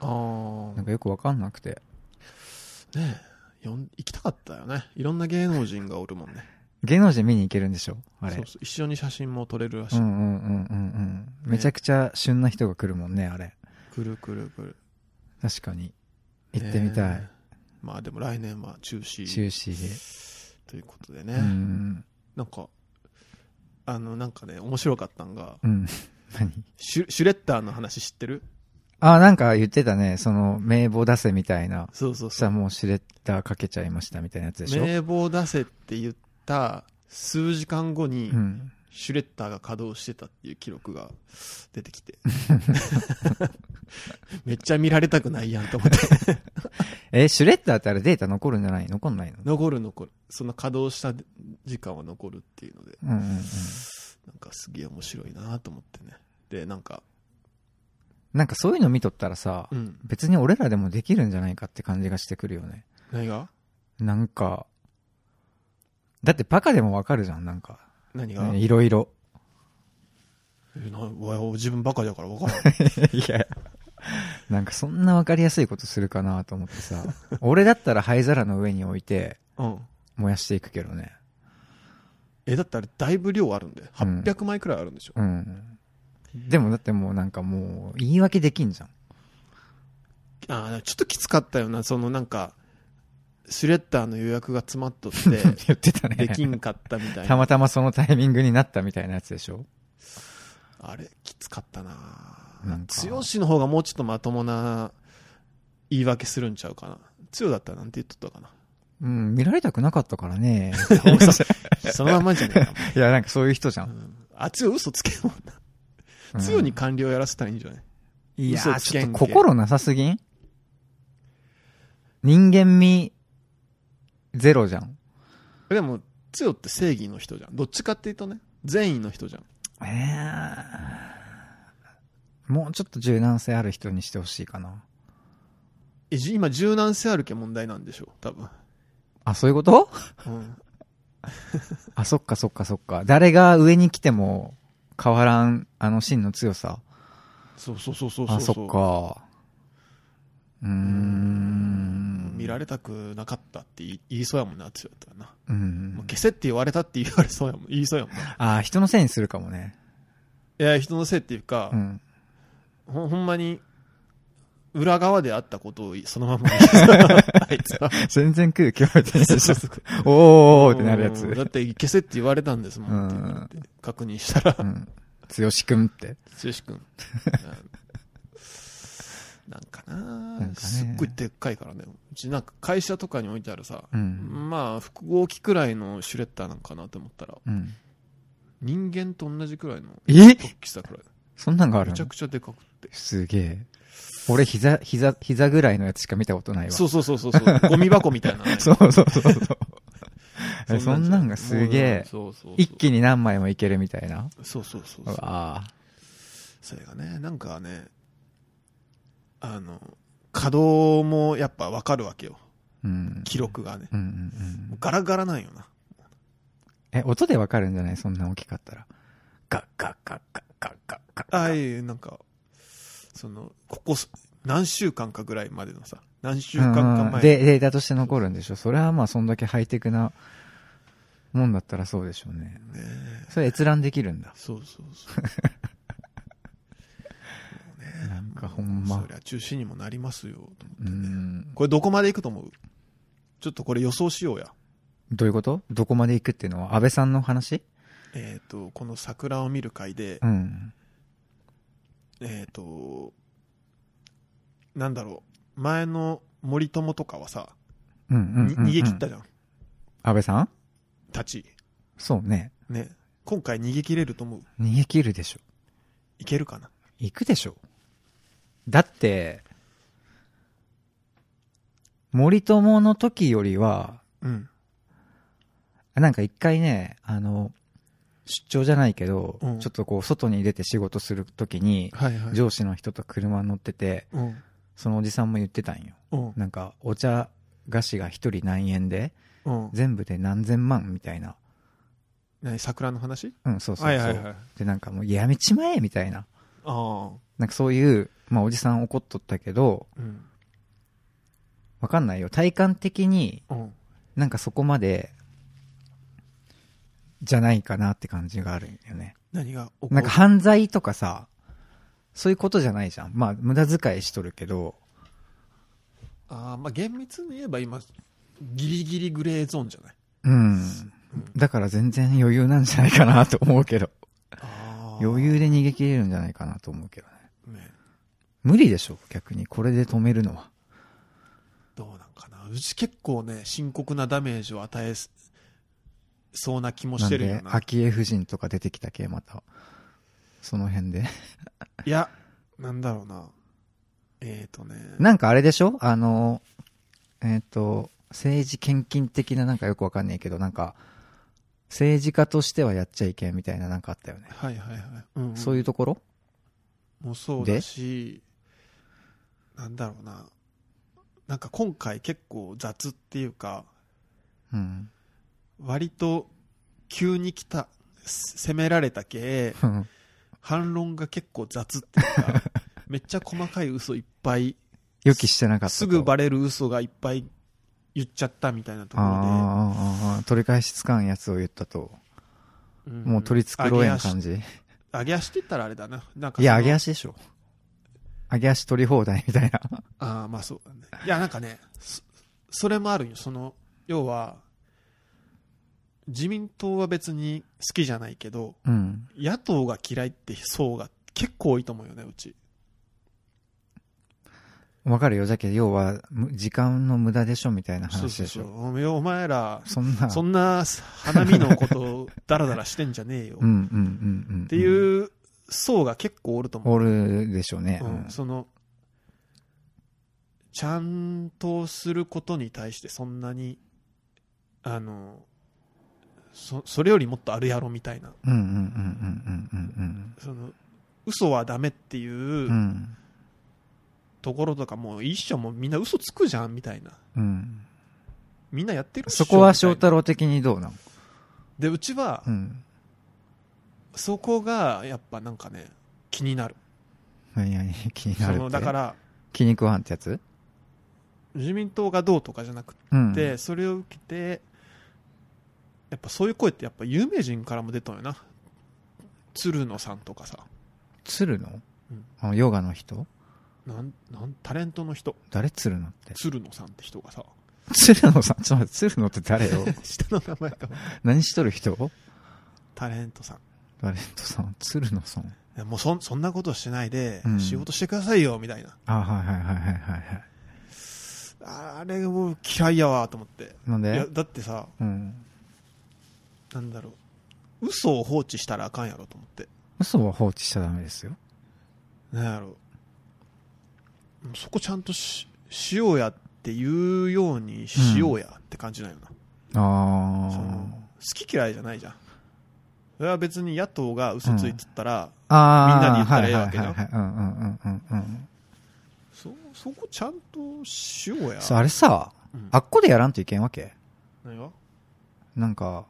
あーなんかよくわかんなくて。ねえ、よん行きたかったよね。いろんな芸能人がおるもんね。芸能人見に行けるんでしょあれ。そうそう一緒に写真も撮れるらしうい。んうんうんうんうん。めちゃくちゃ旬な人が来るもんね、あれ。くるくるくる。確かに。行ってみたいね。え。まあでも来年は中中止止で。ということでね。うん。なんか、あの、なんかね、面白かったんが、うん。 [laughs] 何シュシュレッダーの話知ってるあ、なんか言ってたね。その、名簿出せみたいな。そうそうそしたらもうシュレッダーかけちゃいましたみたいなやつでしょ名簿出せって言った数時間後にう、ん。シュレッダーが稼働してたっていう記録が出てきて。 [laughs] めっちゃ見られたくないやんと思って。え、シュレッダーってあれデータ残るんじゃない残んないの残る残る。その稼働した時間は残るっていうので、うんうんうん。なんかすげえ面白いなと思ってね。で、なんか、なんかそういうの見とったらさ、うん。別に俺らでもできるんじゃないかって感じがしてくるよね。何がなんか、だってバカでもわかるじゃん、なんか。何が、いろいろ。えなわ自分バカだから分からん。 [laughs] いや、なんかそんなわかりやすいことするかなと思ってさ、俺だったら灰皿の上に置いて [laughs] うん。燃やしていくけどね。え、だってあれだいぶ量あるんで、うん800枚くらいあるんでしょ。うん。でもだってもうなんかもう言い訳できんじゃん。 [laughs] ああ、ちょっときつかったよな、そのなんか、シュレッダーの予約が詰まっとって、 [laughs] 言ってたね。できんかったみたいたな。またまそのタイミングになったみたいなやつでしょあれ、きつかったななんか剛の方がもうちょっとまともな言い訳するんちゃうかな剛だったらなんて言っとったかなうん、見られたくなかったか [laughs] らね。大木さんそのまんまじゃね [laughs] えか [laughs] いや、なんかそういう人じゃ。もう、うんん、あ剛嘘つけようん剛に官僚やらせたらいいんじゃないいや嘘ー、つちけょっんとけ心なさすぎん人間味ゼロじゃん。でも剛って正義の人じゃんどっちかっていうとね善意の人じゃんえーもうちょっと柔軟性ある人にしてほしいかな。えじ今柔軟性あるけ問題なんでしょう多分、あ、そういうこと [laughs] うん、あ、そっかそっかそっか。誰が上に来ても変わらん、あの芯の強さ。そうそうそうそうそうあ、そっか。うーん。見られたくなかったって言い言いそうやもんな剛だったらな、うんもう。消せって言われたって言われそうやもん言いそうやもんなあー、人のせいにするかもね。いや人のせいっていうか、うん。ほほんまに裏側であったことをそのまま言いそう [laughs] あいつは全然空気読めてな [laughs] いでしょ。おーおーおーってなるやつうん。だって消せって言われたんですもんって言われて確認したらうん。剛くんって。剛君うんなんかななんかねすっごいでっかいからねうちなんか会社とかに置いてあるさ、うん。まあ複合機くらいのシュレッダーなんかなと思ったらうん。人間と同じくらいのえ大きさくらいそんなんがあるめちゃのくちゃでかくってすげえ。俺、膝、膝、膝ぐらいのやつしか見たことないわ。そうそうそうそう [laughs] そうゴミ箱みたいなそうそうそうそう。えそじゃんなんがすげえもうそうそうそう一気に何枚もいけるみたいな。そうそうそううそうわあ。それがねなんかねあの稼働もやっぱ分かるわけようん。記録がねうんうんう。もうんガラガラなんよなえ、音でわかるんじゃないそんな大きかったら。ガッガッガッガッガッガッガッ。ああいうなんかそのここす何週間かぐらいまでのさ何週間かうん前で、データとして残るんでしょ。それはまあ、そんだけハイテクなもんだったらそうでしょうね。ねそれ閲覧できるんだ。そうそうそうもうね [laughs] なんかほんまそりゃ中止にもなりますよと思うってねん。これどこまでいくと思うちょっとこれ予想しようやどういうことどこまで行くっていうのは、安倍さんの話えっ、とこの桜を見る会でうん。えっ、となんだろう前の森友とかはさ、うんうんうん、にうん。逃げ切ったじゃん安倍さんたちそうね。ね今回逃げ切れると思う逃げ切るでしょ。いけるかな行くでしょ。だって、森友の時よりは、うんなんか一回ね、あの、出張じゃないけど、うんちょっとこう、外に出て仕事する時に、はいはい上司の人と車乗ってて、うんそのおじさんも言ってたんよ。うんなんか、お茶菓子が一人何円で、うん全部で何千万みたいな。何桜の話うん、そうそうそう。はいはいはいあで、なんかもう、やめちまえみたいな。あなんかそういう、まあ、おじさん怒っとったけど、うんわかんないよ。体感的に、うんなんかそこまで、じゃないかなって感じがあるんだよね。何が起こなんか犯罪とかさ、そういうことじゃないじゃん。まあ、無駄遣いしとるけど、ああまあ厳密に言えば今ギリギリグレーゾーンじゃないうん。だから全然余裕なんじゃないかなと思うけど。あ余裕で逃げ切れるんじゃないかなと思うけどね。ね無理でしょ逆に。これで止めるのは。どうなんかなうち結構ね深刻なダメージを与えすそうな気もなしんてるよでな、昭恵夫人とか出てきたけ、また。その辺で。いやなんだろうなえっ、ー、とねなんかあれでしょあの、えっ、と、政治献金的ななんかよくわかんないけど、なんか、政治家としてはやっちゃいけんみたいななんかあったよね。はいはいはい、うんうんそういうところもうそうだしなんだろうななんか今回結構雑っていうかうん。 [laughs] 割と急に来たせ攻められたけ反論が結構雑っていうかめっちゃ細かい嘘いっぱい予期してなかったと。すぐバレレる嘘がいっぱい言っちゃったみたいなとあこーろあーあー取り返しつかんやつを言ったと。で、んもう取り繕えん上げ感足じ。上げ足って言ったらあれだななんかいや、上げ足足でしょ。上げ足取り放題みたいな。 [laughs] ああまあそうだねいやなんかねそそれもあるよその要は自民党は別に好きじゃないけどうん。野党が嫌いって層が結構多いと思うよね、うち。わかるよ。だけど、要は、む時間の無駄でしょみたいなそう話そでうしそょ。う。おめえお前ら、そんな。そんな花見のこと [laughs] をダラダラしてんじゃねえよ。うんっうんうんうん。っていう層が結構おると思う。おるでしょうね。うん、その、ちゃんとすることに対してそんなに、あの、そそれよりもっとあるやろみたいな、うんうんうんうんうんその、嘘はダメっていうんうん。う。うんところとかもう一緒もうみんな嘘つくじゃんみたいな。うん。みんなやってるっしょそこはみたい翔な太郎的にどうなので、うちはう、ん。そこがやっぱなんかね、気になる。何々気になそるって。のだから、気に食わんってやつ自民党がどうとかじゃなくうん。て、それを受けて、やっぱそういう声ってやっぱ有名人からも出たんよな。鶴野さんとかさ、鶴のうんあの、ヨガの人なん、なん、タレントの人、誰鶴のって。鶴野さんって人 [laughs] がさ、鶴野さん、ちょっと待って、鶴野って誰よ下の名前が何しとる人タレントさん。いタレントさん、鶴野さん。やもうそん、そんなことしないでう、ん仕事してくださいよ、みたいな。あ、はいはいはいはいはいはい。ああれがもう嫌いやわ、と思って。なんいや、でだってさ、うん。なんだろう。嘘を放置したらあかんやろ、と思って。嘘は放置しちゃダメですよ。なんやろそこちゃんとししようやって言うようにしようやって感じなんよな、あそのー。好き嫌いじゃないじゃんそれは別に野党が嘘ついてったら、あーみんなに言ったらええわけなはいはいはいはいうんうんうんうんうん。そそこちゃんとしようやそうあれさ、うんあっこでやらんといけんわけ何がなんか、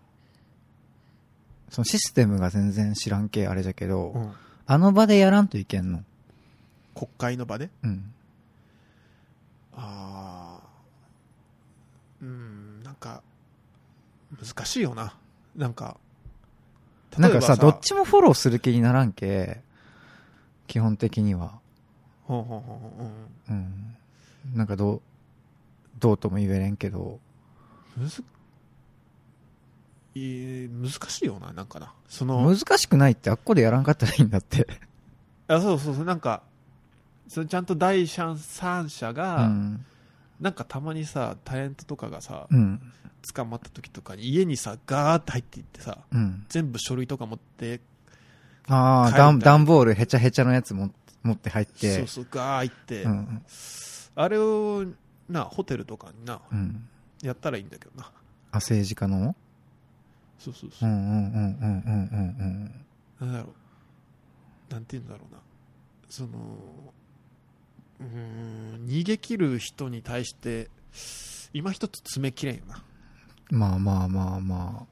そのシステムが全然知らんけあれだけど、うんあの場でやらんといけんの。国会の場でうん。ああうんなんか難しいよななんかなんかさ、どっちちもフォローする気にならんけ、基本的には。ほんほんほんほんうんうん。なんかどう、どうとも言えれんけど、むずいえ難しいよな、なんかな。その、難しくないってあっこでやらんかったらいいんだって。あそうそうそう、なんか、それちゃんと第三者うが、ん。なんかたまにさ、タレントとかがさ、うん。捕まった時とかに家にさ、ガーって入っていってさ、うん。全部書類とか持って、あ帰あ、ったダりン段ボールへちゃへちゃのやつも持って入って。そうそう、ガー行って、うん。あれを、な、ホテルとかにな、うん。やったらいいんだけどな。あ、政治家のそうそうそうう。んうんうんうんうんうんうん。なんだろう。なんて言うんだろうな。その、うーん、逃げ切る人に対して、今一つ詰めきれんよな。まあまあまあま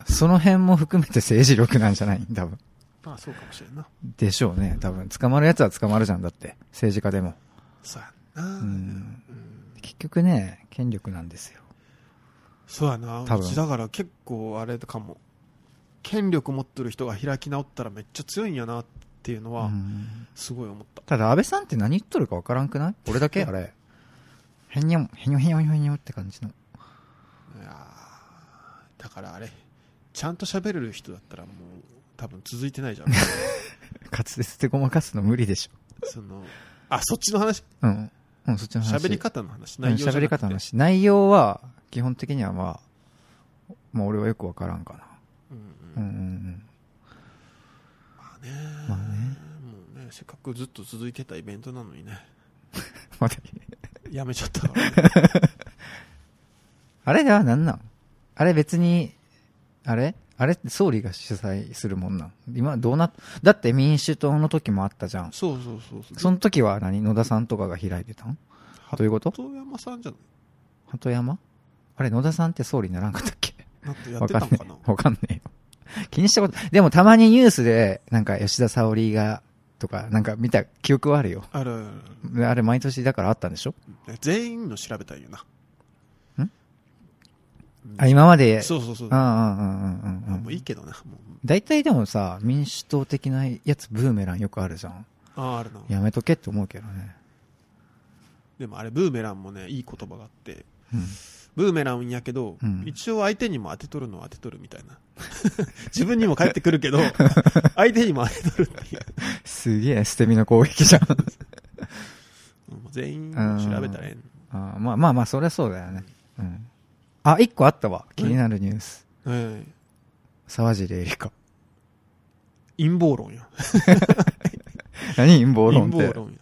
あ。その辺も含めて政治力なんじゃない多分。まあそうかもしれんな。でしょうね。多分。捕まるやつは捕まるじゃん。だって。政治家でも。そうやんな。ううんん。結局ね、権力なんですよ。そうやな。多分うちだから結構あれかも。権力持ってる人が開き直ったらめっちゃ強いんやなっていうのうは、んすごい思った。ただ、安倍さんって何言っとるかわからんくない俺だけあれ。へにゃん、へにょへにょへにょって感じの。いやーだからあれ、ちゃんと喋れる人だったらもう、多分続いて [laughs] ないじゃん。滑舌でごまかすの無理でしその、あ、そっちの話ょ。うん。うん、そっちの話。喋り方の話、うん内容じゃなく喋てり方の。話。内容は、基本的にはまあ、まあ俺はよくわからんかうんうんな。うんうんうん。まあね。まあねもうね、せっかくずっと続いてたイベントなのに [laughs] ね、まだやめちゃったからね。あれでは何なんあれ別に、あれあれって総理が主催するもんなん今どうなっ、だって民主党の時もあったじゃん。そうそうそうそう。その時は何野田さんとかが開いてたんはどういうこと鳩山さんじゃな鳩山あれ野田さんって総理にならんかったっけいなんかやっわてたかのんねかなえ。わかんねえよ。気にしたこと、でもたまにニュースで、なんか吉田沙保里が、とか、なんか見た記憶はあるよ。あるあるあれ毎年だからあったんでしょある全員の調べたいよな。あ、今まで、そうそうそう。うんうあんうんうんうんうもんう。いいけどな。もう大体でもさ、民主党的なやつブーメランよくあるじゃん。ああるな。やめとけって思うけどね。でもあれ、ブーメランもね、いい言葉があって、うん。ブーメランやけど、うん一応相手にも当てとるのは当てとるみたいな。 [laughs] 自分にも返ってくるけ [laughs] ど、相手にも当てとるっていう。すげえ捨て身の攻撃じゃん。もう全員調べたらええの [laughs] あーまあまあまあ、そりゃそうだよね。うん。あ、一個あったわ。気になるニュース。ええ沢尻エリカ。陰謀論や。 [laughs] 何陰謀陰論っ謀て。論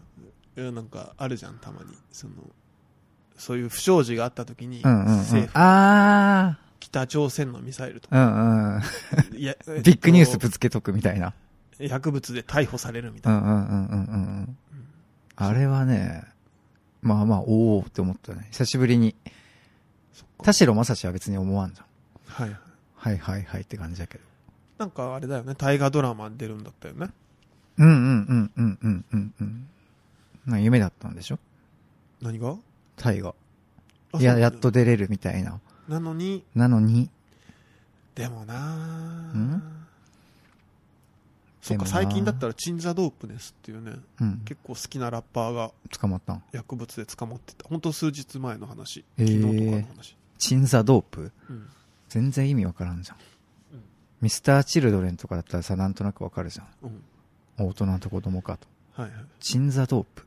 や。いやなんか、あるじゃん、たまに。その、そういう不祥事があった時に、うんうん、うん政。府、あ北朝鮮のミサイルとー。うんうん。いや、えっとビッグニュースぶつけとくみたいな。薬物で逮捕されるみうたいんな。うんうんうんうんうん。あれはね、まあまあ、おおって思ったね。久しぶりに。田代正史は別に思わんじゃん。はいはい。はいはいはいって感じだけど。なんかあれだよね、大河ドラマに出るんだったよね。うんうんうんうんうんうんうん。なんか夢だったんでしょ何がタイが。あいや、そうやっと出れるみたいな。なのに、なのに、でもなうんそっか、でもな最近だったら、チンザ・ドープネスっていうね、うん。結構好きなラッパーが捕まったん。薬物で捕まってた。ほんと数日前の話。へー昨日とかの話。チンザドープうん全然意味わからんじゃんうん。ミスター・チルドレンとかだったらさ、なんとなくわかるじゃん。うん。大人と子供かと。はいはいいチンザドープ。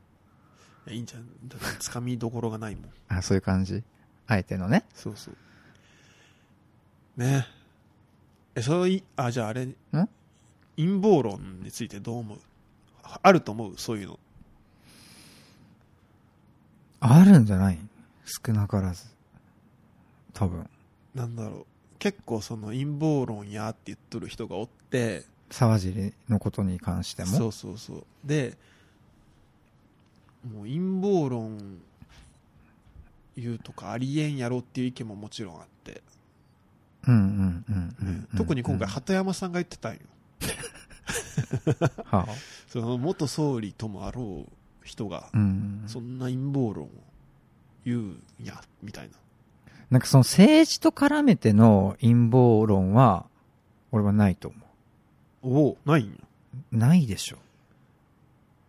や。いいんじゃん。だって、つかみどころがないもん。あ、そういう感じ。あえてのね。そうそう。ねえ。え、そうい、あ、じゃああれ、陰謀論についてどう思うああると思うそういうの。あるんじゃない少なからず。多分。なんだろう。結構その陰謀論やって言っとる人がおって、沢尻のことに関しても。そうそうそう。で、もう陰謀論言うとかありえんやろっていう意見ももちろんあって、うんうんうんうんうん。特に今回、鳩山さんが言ってたんよ。はあその元総理ともあろう人がう、ん。そんな陰謀論を言うんや、みたいな。なんかその政治と絡めての陰謀論は、俺はないと思おお、ないんよ。う。ないでしょ。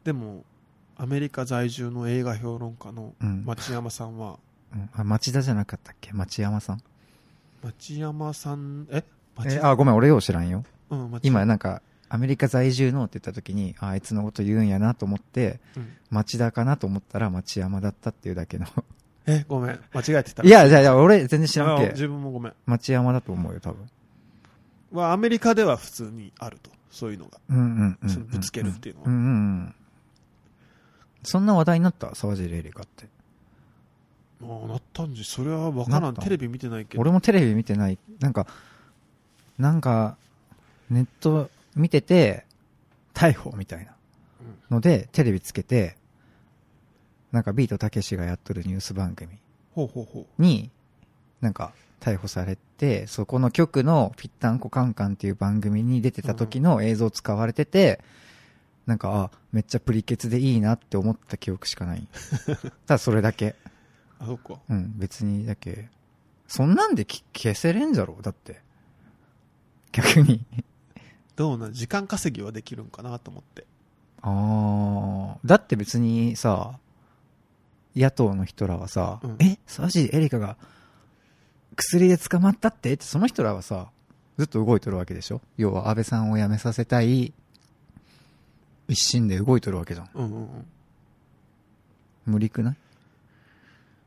でも、アメリカ在住の映画評論家のうん。町山さんは、うんあ、町田じゃなかったっけ町山さん。町山さん、え町え、あ、ごめん、俺よう知らんよ。うん、町今、なんか、アメリカ在住のって言った時に、ああいつのこと言うんやなと思って、うん町田かなと思ったら町山だったっていうだけの。え、ごめん、間違えてた。い、や、じゃあ、じゃあ俺全然知らんあけ。自分もごめん。町山だと思うよ、多分。は、アメリカでは普通にあると。そういうのが。うんうんうんうん。そのぶつけるっていうのはうんうんうん。そんな話題になった沢尻エリカって。ああ、なったんじゃ、それはわから。なんったテレビ見てないけど。俺もテレビ見てない。なんか、なんか、ネット見てて、逮捕みたいな。ので、テレビつけて、なんかビートたけしがやっとるニュース番組ほうほうほに、なんか逮捕されて、そこの局のぴったんこカンカンっていう番組に出てた時の映像使われてて、なんか、あ、めっちゃプリケツでいいなって思った記憶し [laughs] かない。ただそれだけ。う。あ、そっか。うん、別にだけ。そんなんでき消せれんじゃろだって。逆に。 [laughs] どうなん、時間稼ぎはできるんかなと思って。あー。だって別にさ、野党の人らはさ、うんえ、沢尻エリカが薬で捕まったってって、その人らはさ、ずっと動いとるわけでしょ要は安倍さんを辞めさせたい、一心で動いとるわけじゃん。うんうんうん。無理くない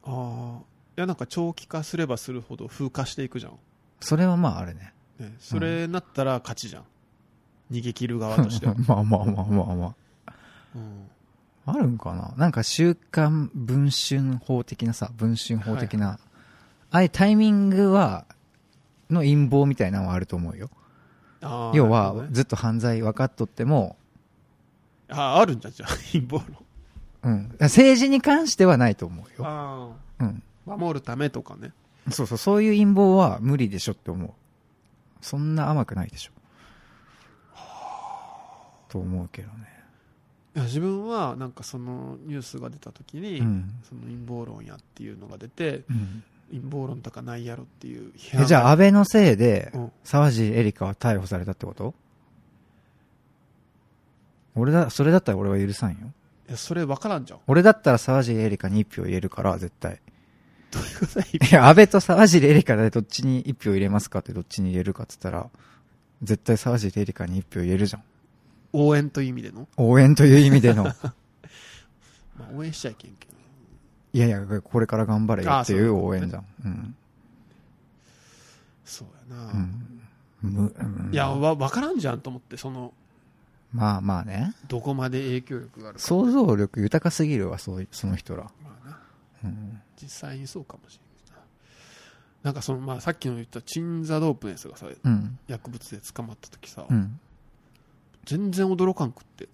ああ。いや、なんか長期化すればするほど風化していくじゃん。それはまああれね。ね、それなったら勝ちじゃん。逃げ切る側として [laughs] は。まあまあまあまあまあ。うん。あるんかななんか週刊文春法的なさ、文春法的な、ああいうタイミングは、の陰謀みたいなのはあると思うよ。あー要なるほはど、ねずっと犯罪分かっとっても、あー、あるんじゃん、じゃあ、 [laughs] 陰謀論。うん。政治に関してはないと思うよ。あうん。あ。守るためとかね。そうそう、そういう陰謀は無理でしょって思う。そんな甘くないでしょ。と思うけどね。いや自分はなんかそのニュースが出た時に、うん。その陰謀論やっていうのが出てうん、陰謀論とかないやろっていう批判えじゃあ、安倍のせいでうん、沢尻エリカは逮捕されたってこと俺だ、それだったら俺は許さんよ。いやそれ分からんじゃん [laughs] 俺だったら沢尻エリカに一票入れるから、絶対。どういうことだいいや、安倍と沢尻エリカでどっちに一票入れますかってどっちに入れるかって言ったら、絶対沢尻エリカに一票入れるじゃん。応援という意味での、応援という意味 [laughs] での、まあ、応援しちゃいけんけど。いやいや、これから頑張れよっていあうそう応援じゃん。うん。そうやな、うん。む、うんいや、わ、わからんじゃんと思って、その、まあまあね。どこまで影響力があるか。想像力豊かすぎるわ、そういその人ら。まあな、うん。実際にそうかもしれないな。なんかその、まあさっきの言ったチンザドープネスがさ、うん。薬物で捕まった時さ、うん。全然驚かんく [laughs] って。い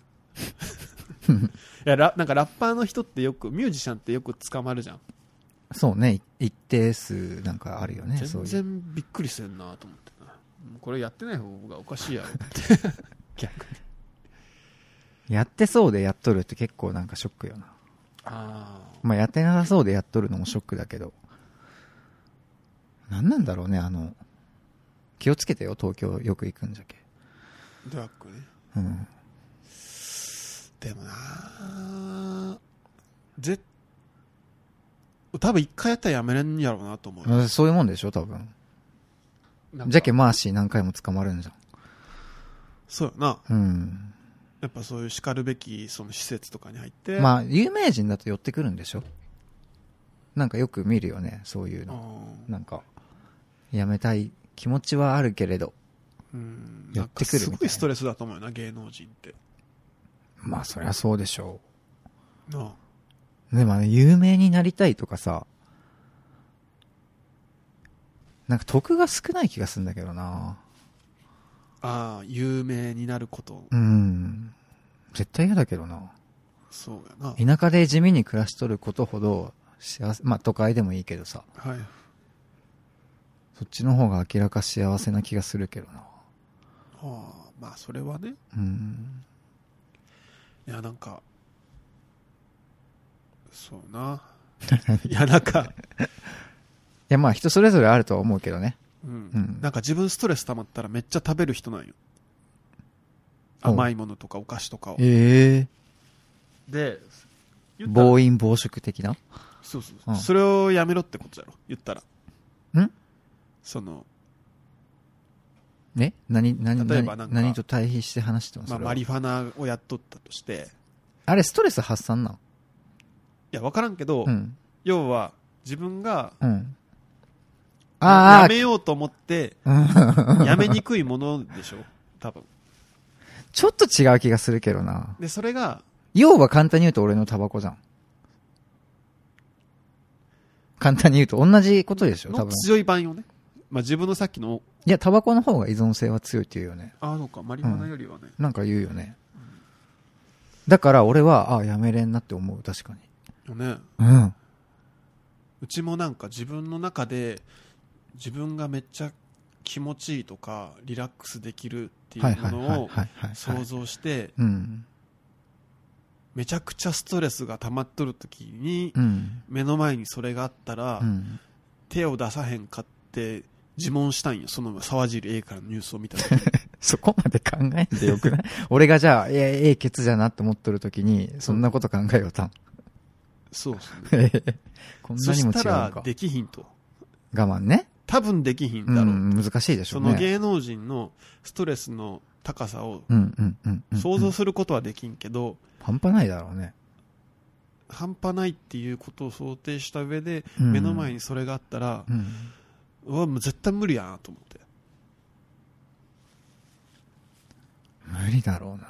やラなんかラッパーの人ってよくミュージシャンってよく捕まるじゃん、そうね。い一定数なんかあるよね。そう全いう。然びっくりせんなと思ってなもうこれやってない方がおかしいやろって逆にやってそうでやっとるって結構なんかショックよな。ああま [laughs] あやってなさそうでやっとるのもショックだけど。なんなんだろうね、あの、気をつけてよ、東京よく行くんじゃけ。ドラッグねうん。でもなぜ多分一回やったらやめれんやろうなと思う、まあそういうもんでしょ、多分。なんかじゃけマーシー何回も捕まるんじそうやなゃん。うん。やっぱそういうしかるべきその施設とかに入ってまあ、有名人だと寄ってくるんでしょなんかよく見るよね、そういううの。んなんか、やめたい気持ちはあるけれど。うんやなっんてかくるみたいなすごいストレスだと思うよな芸能人ってまあ、そりゃそうでしょなあう。でもあの、有名になりたいとかさ、なんか得が少ない気がするんだけどな。ああ有名になることうん。絶対嫌だけどな。そうやな田舎で地味に暮らしとることほど幸せ、まあ都会でもいいけどさ、はいそっちの方が明らか幸せな気がするけどな。ああまあそれはねうん。いやなんかそう [laughs] ないやなんか、いや、まあ人それぞれあるとは思うけどね。うんうんなんか自分ストレス溜まったらめっちゃ食べる人なんよおう甘いものとかお菓子とかをえでえ言ったら暴飲暴食的なそうそううんそれをやめろってことだろ言ったらんその、ね何、何、例え何ばなんか何と対比して話してますまあ、マリファナをやっとったとしてあれストレス発散なんいや分からんけど、うん。要は自分がうん。あやめようと思って [laughs] あ、やめにくいものでしょ多分ちょっと違う気がするけどな。でそれが要は簡単に言うと俺のタバコじゃん。簡単に言うと同じことでしょ多の分。強い版よね、まあ、自分のさっきのいや、タバコの方が依存性は強いって言うよね。ああそうかマリファナよりはね、なんか言うよね。だから俺は、ああ、やめれんなって思う、確かに。よねうん。うちもなんか自分の中で自分がめっちゃ気持ちいいとかリラックスできるっていはいうはもいはのいはいをはいはい。想像してうん。めちゃくちゃストレスが溜まっとる時にうん。目の前にそれがあったらうん。手を出さへんかって自問したんよその沢尻 A からのニュースを見た時 [laughs] にそこまで考えんでよくない [laughs] 俺がじゃあ、いや、ええケツじゃなって思っとるときに、そんなこと考えようたん。そうですね [laughs] こんそなにもし違うたのらか。できひんと我慢ね。多分できひんうだろうと、ん、難しいでしょそうのね。芸能人のストレスの高さをうんうんうんうん。想像することはできんけど、半端ないだろうね。半端ないっていうことを想定した上で、うん目の前にそれがあったらう、ん。うわ、もう絶対無理やなと思って。無理だろうな。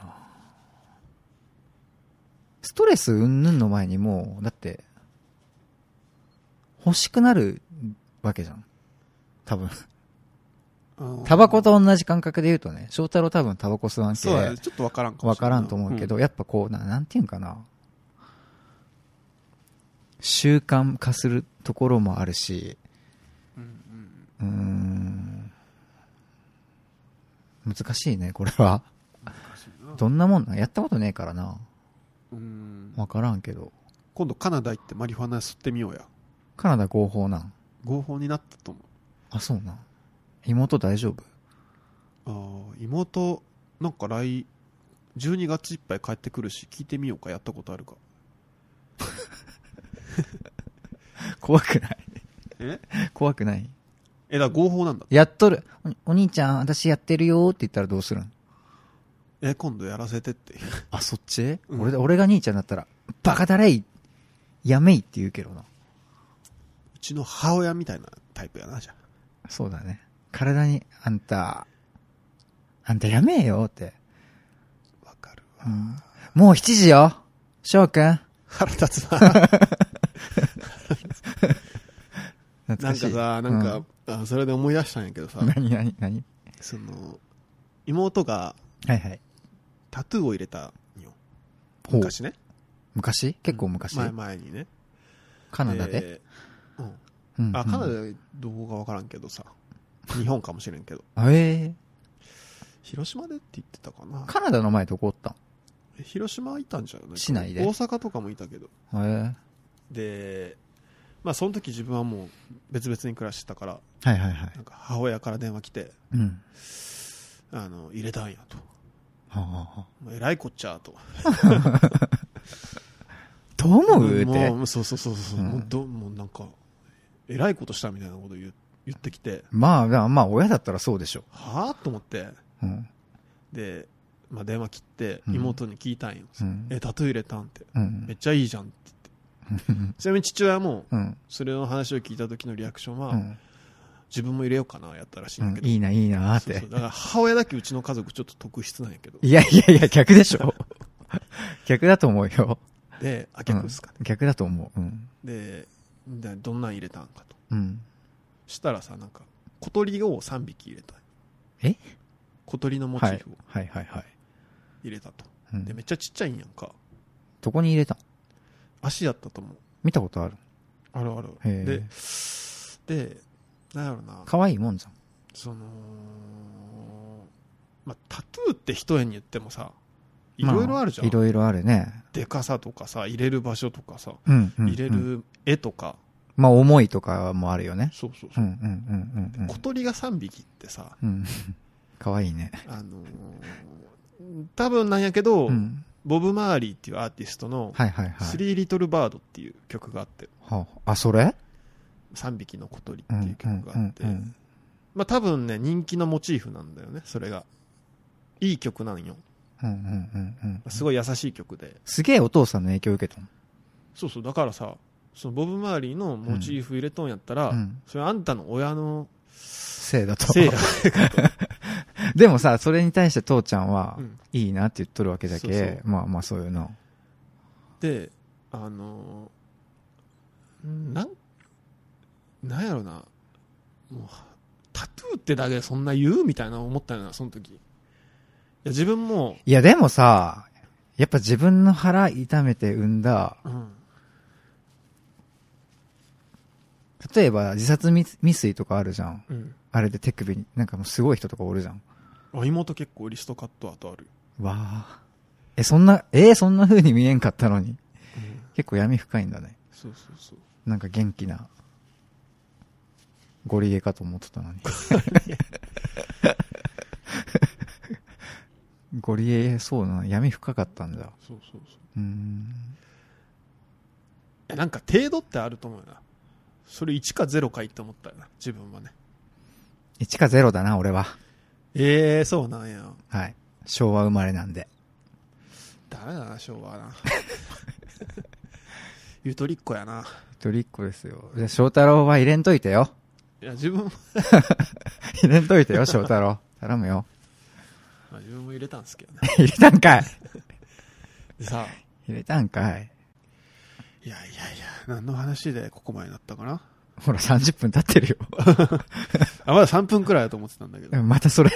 ストレス云々の前にもう、だって、欲しくなるわけじゃん。多分。うんタバコと同じ感覚で言うとね、翔太郎多分タバコ吸わんけそうだね、ちょっとわからんかもわしれかんならんと思うけど、、やっぱこうな、なんていうんかな。習慣化するところもあるし、うんうんうーん。難しいね、これは。難しいなどんなもんなんやったことねえからな。うんわからんけど。今度カナダ行ってマリファナ吸ってみようや。カナダ合法なん。合法になったと思あ、そうなん。妹大丈夫う。あー妹、なんか来、12月いっぱい帰ってくるし、聞いてみようか、やったことあるか。怖くないえ怖くないえ、だから合法なんだ。やっとる。おお兄ちゃん、私やってるよって言ったらどうするんえ、今度やらせてっていう。あ、そっち、うん俺だ俺が兄ちゃんだったら、バカだれいやめいって言うけどな。うちの母親みたいなタイプやな、じゃあそうだね。体に、あんた、あんたやめえよって。わかるわ。うんもう7時よ翔くん腹立つ [laughs] な。懐なんかしいさ、なんか、、あそれで思い出したんやけどさう、ん何何何その、妹がはいはい。タトゥーを入れたんよ。ほう昔ね。昔結構昔、前前にね。カナダで、でうん。うんうんあ、カナダでどうかわからんけどさ。日本かもしれんけど。あえ広島でって言ってたかなー、。カナダの前どこおった広島いたんじゃない市内で大阪とかもいたけど。んえで、まあその時自分はもう別々に暮らしてたから、ー、はいはいはいなんか母親から電話来て、うんあの、入れたんやと。はあはあはあもうえらいこっちゃと。どう思うっもてうもうそうそうそうそう、うんもうどもうなんかえらいことしたみたいなこと言う言ってきてまあまあまあ親だったらそうでしょ、はあと思ってうんで、まあ、電話切ってうん妹に聞いたんよ、うんえタトゥー入れたんってうんめっちゃいいじゃんって言ってちなみに父親もうんそれの話を聞いた時のリアクションは、うん自分も入れようかなやったらしいうんだんけど、いいないいなーっそうてそうだから母親だけうちの家族ちょっと特筆なんやけどいやいやいや逆でし [laughs] ょ逆だと思うよであ逆ですかね、うん逆だと思ううんででどんなん入れたんかとうんしたらさなんか小鳥を3匹入れたんよえ小鳥のモチはーいフをはいはいはい、入れたと、うんでめっちゃちっちゃいんやんかどこに入れたん足やったと思う見たことあるあるあへるえででなんやろな可愛いもんじゃんそのまあタトゥーって一重に言ってもさいろいろあるじゃん、まいろいろあるねでかさとかさ入れる場所とかさうんうんうん入れる絵とか、まあ、思いとかもあるよね。そうそううそんうう、んうんうん小鳥が3匹ってさうん。うん。 [laughs] かわいいね。あのー多分なんやけど、うん。ボブ・マーリーっていうアーティストのはいは「いはスい。リー・リトル・バード」っていう曲があってはあ、あそれ3匹の小鳥ってうんいう曲があって、うんうんうんまあ多分ね人気のモチーフなんだよねそれがいい曲なんようんうんうんうん。すごい優しい曲で、すげえお父さんの影響受けたの。そうそうだからさそのボブ・マーリーのモチーフ入れとんやったら、うん。それあんたの親のせいだと。せいだでもさ、それに対して父ちゃんはうん、いいなって言っとるわけだけ、そうそうまあまあそういうの。であのーなんなんやろなもうタトゥーってだけでそんな言うみたいな思ったよなその時いや自分も、いやでもさ、やっぱ自分の腹痛めて産んだ、うん、例えば自殺未未遂とかあるじゃん。うん、あれで手首に、なんかもうすごい人とかおるじゃん。あ妹結構リストカット後ある、わあ。え、そんな、えーそんな風に見えんかったのに。うん結構闇深いんだね。そうそうそうなんか元気な、ゴリエかと思って [laughs] たのに。ゴリエ、そうな、闇深かったんだ。そうそうそううーん。えなんか程度ってあると思うよなそれ1か0かいって思ったよな自分はね1か0だな、俺は。ええー、そうなんやはい。昭和生まれなんで。ダメだな昭和はな [laughs] ゆとりっ子やな一人っ子ですよ。じゃあ、翔太郎は入れんといてよ。いや自分も [laughs] 入れんといてよ、翔太郎。頼むよ。 [laughs] まあ自分も入れたんですけどね入れたんかいでさ入れたんかい。いやいやいや何の話でここまでなったかなほら、30分経ってるよ。 [laughs] あまだ3分くらいだと思ってたんだけどうんまたそれ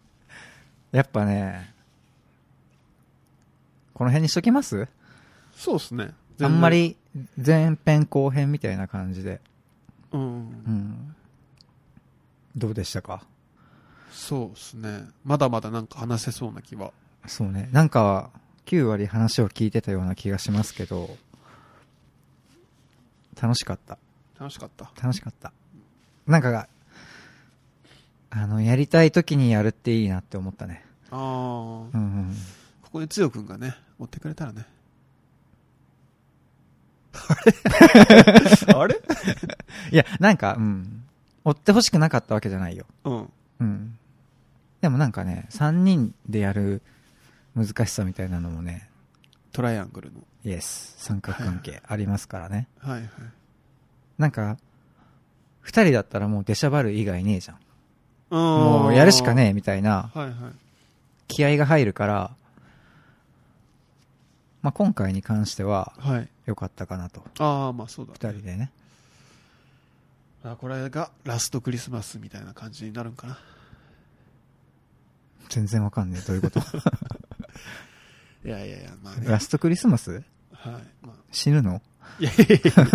[laughs] やっぱね、この辺にしときますそうっすねあんま、り前編後編みたいな感じで。全然うんう、ん。どうでしたかそうっすねまだまだなんか話せそうな気はそうね。なんか、9割話を聞いてたような気がしますけど、楽しかった。楽しかった楽しかった。なんかが、あの、やりたい時にやるっていいなって思ったね。あーうんうん。ここでつよくんがね、持ってくれたらね。あれいや、なんか、うん。追ってほしくなかったわけじゃないよ。うん。うん。でもなんかね、3人でやる難しさみたいなのもね、トライアングルの。イエス、三角関係ありますからね。はいはい。なんか、2人だったらもう出しゃばる以外ねえじゃん。ももうやるしかねえみたいなはいはい。気合が入るから、まあ、今回に関してははい。良かったかなと。ああ、まあそうだ。 2人でね。あこれがラストクリスマスみたいな感じになるんかな。全然わかんねえ。どういうこと [laughs] いやいやいや、まあね。ラストクリスマスはい。ま死ぬのあ、いやいやいやい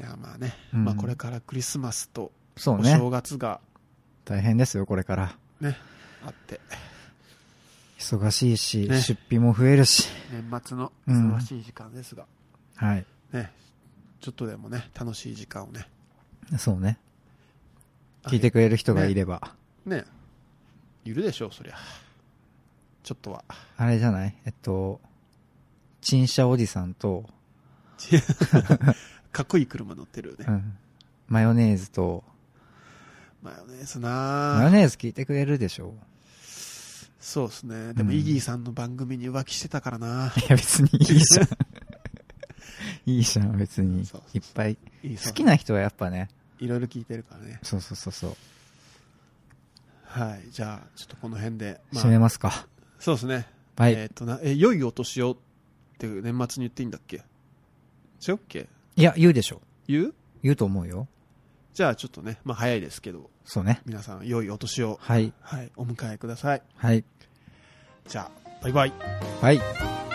や。いやまあね、うんまあこれからクリスマスとそうおね。正月が大変ですよ、これから。ね、あって、忙しいし、ね出費も増えるし。年末のうん忙しい時間ですが、はい。ね、ちょっとでもね、楽しい時間をね、そうね。聞いてくれる人がいれば。ね、いるでしょう、そりゃ。ちょっとは。あれじゃないえっと、陳謝おじさんと、 [laughs] かっこいい車乗ってるよねう。ん、マヨネーズと、マヨネーズマヨなぁネーズ聞いてくれるでしょそうですね。でも、うんイギーさんの番組に浮気してたからないや、別にいいじ [laughs] ゃん。いいじゃん、別にそうそう。そういっぱい。イギーさん好きな人はやっぱね、いろいろ聞いてるからね。そうそうそうそう。はい。じゃあ、ちょっとこの辺で。ま締めあ、ますか。そうですね。はい。えっ、とな、え、良いお年をって年末に言っていいんだっけ違うっけいや、言うでしょ。言う言うと思うよ。じゃあ、ちょっとね、まあ、早いですけど、そうね。皆さん、良いお年を、はい。はい、お迎えください。はい。じゃあ、バイバイ。はい。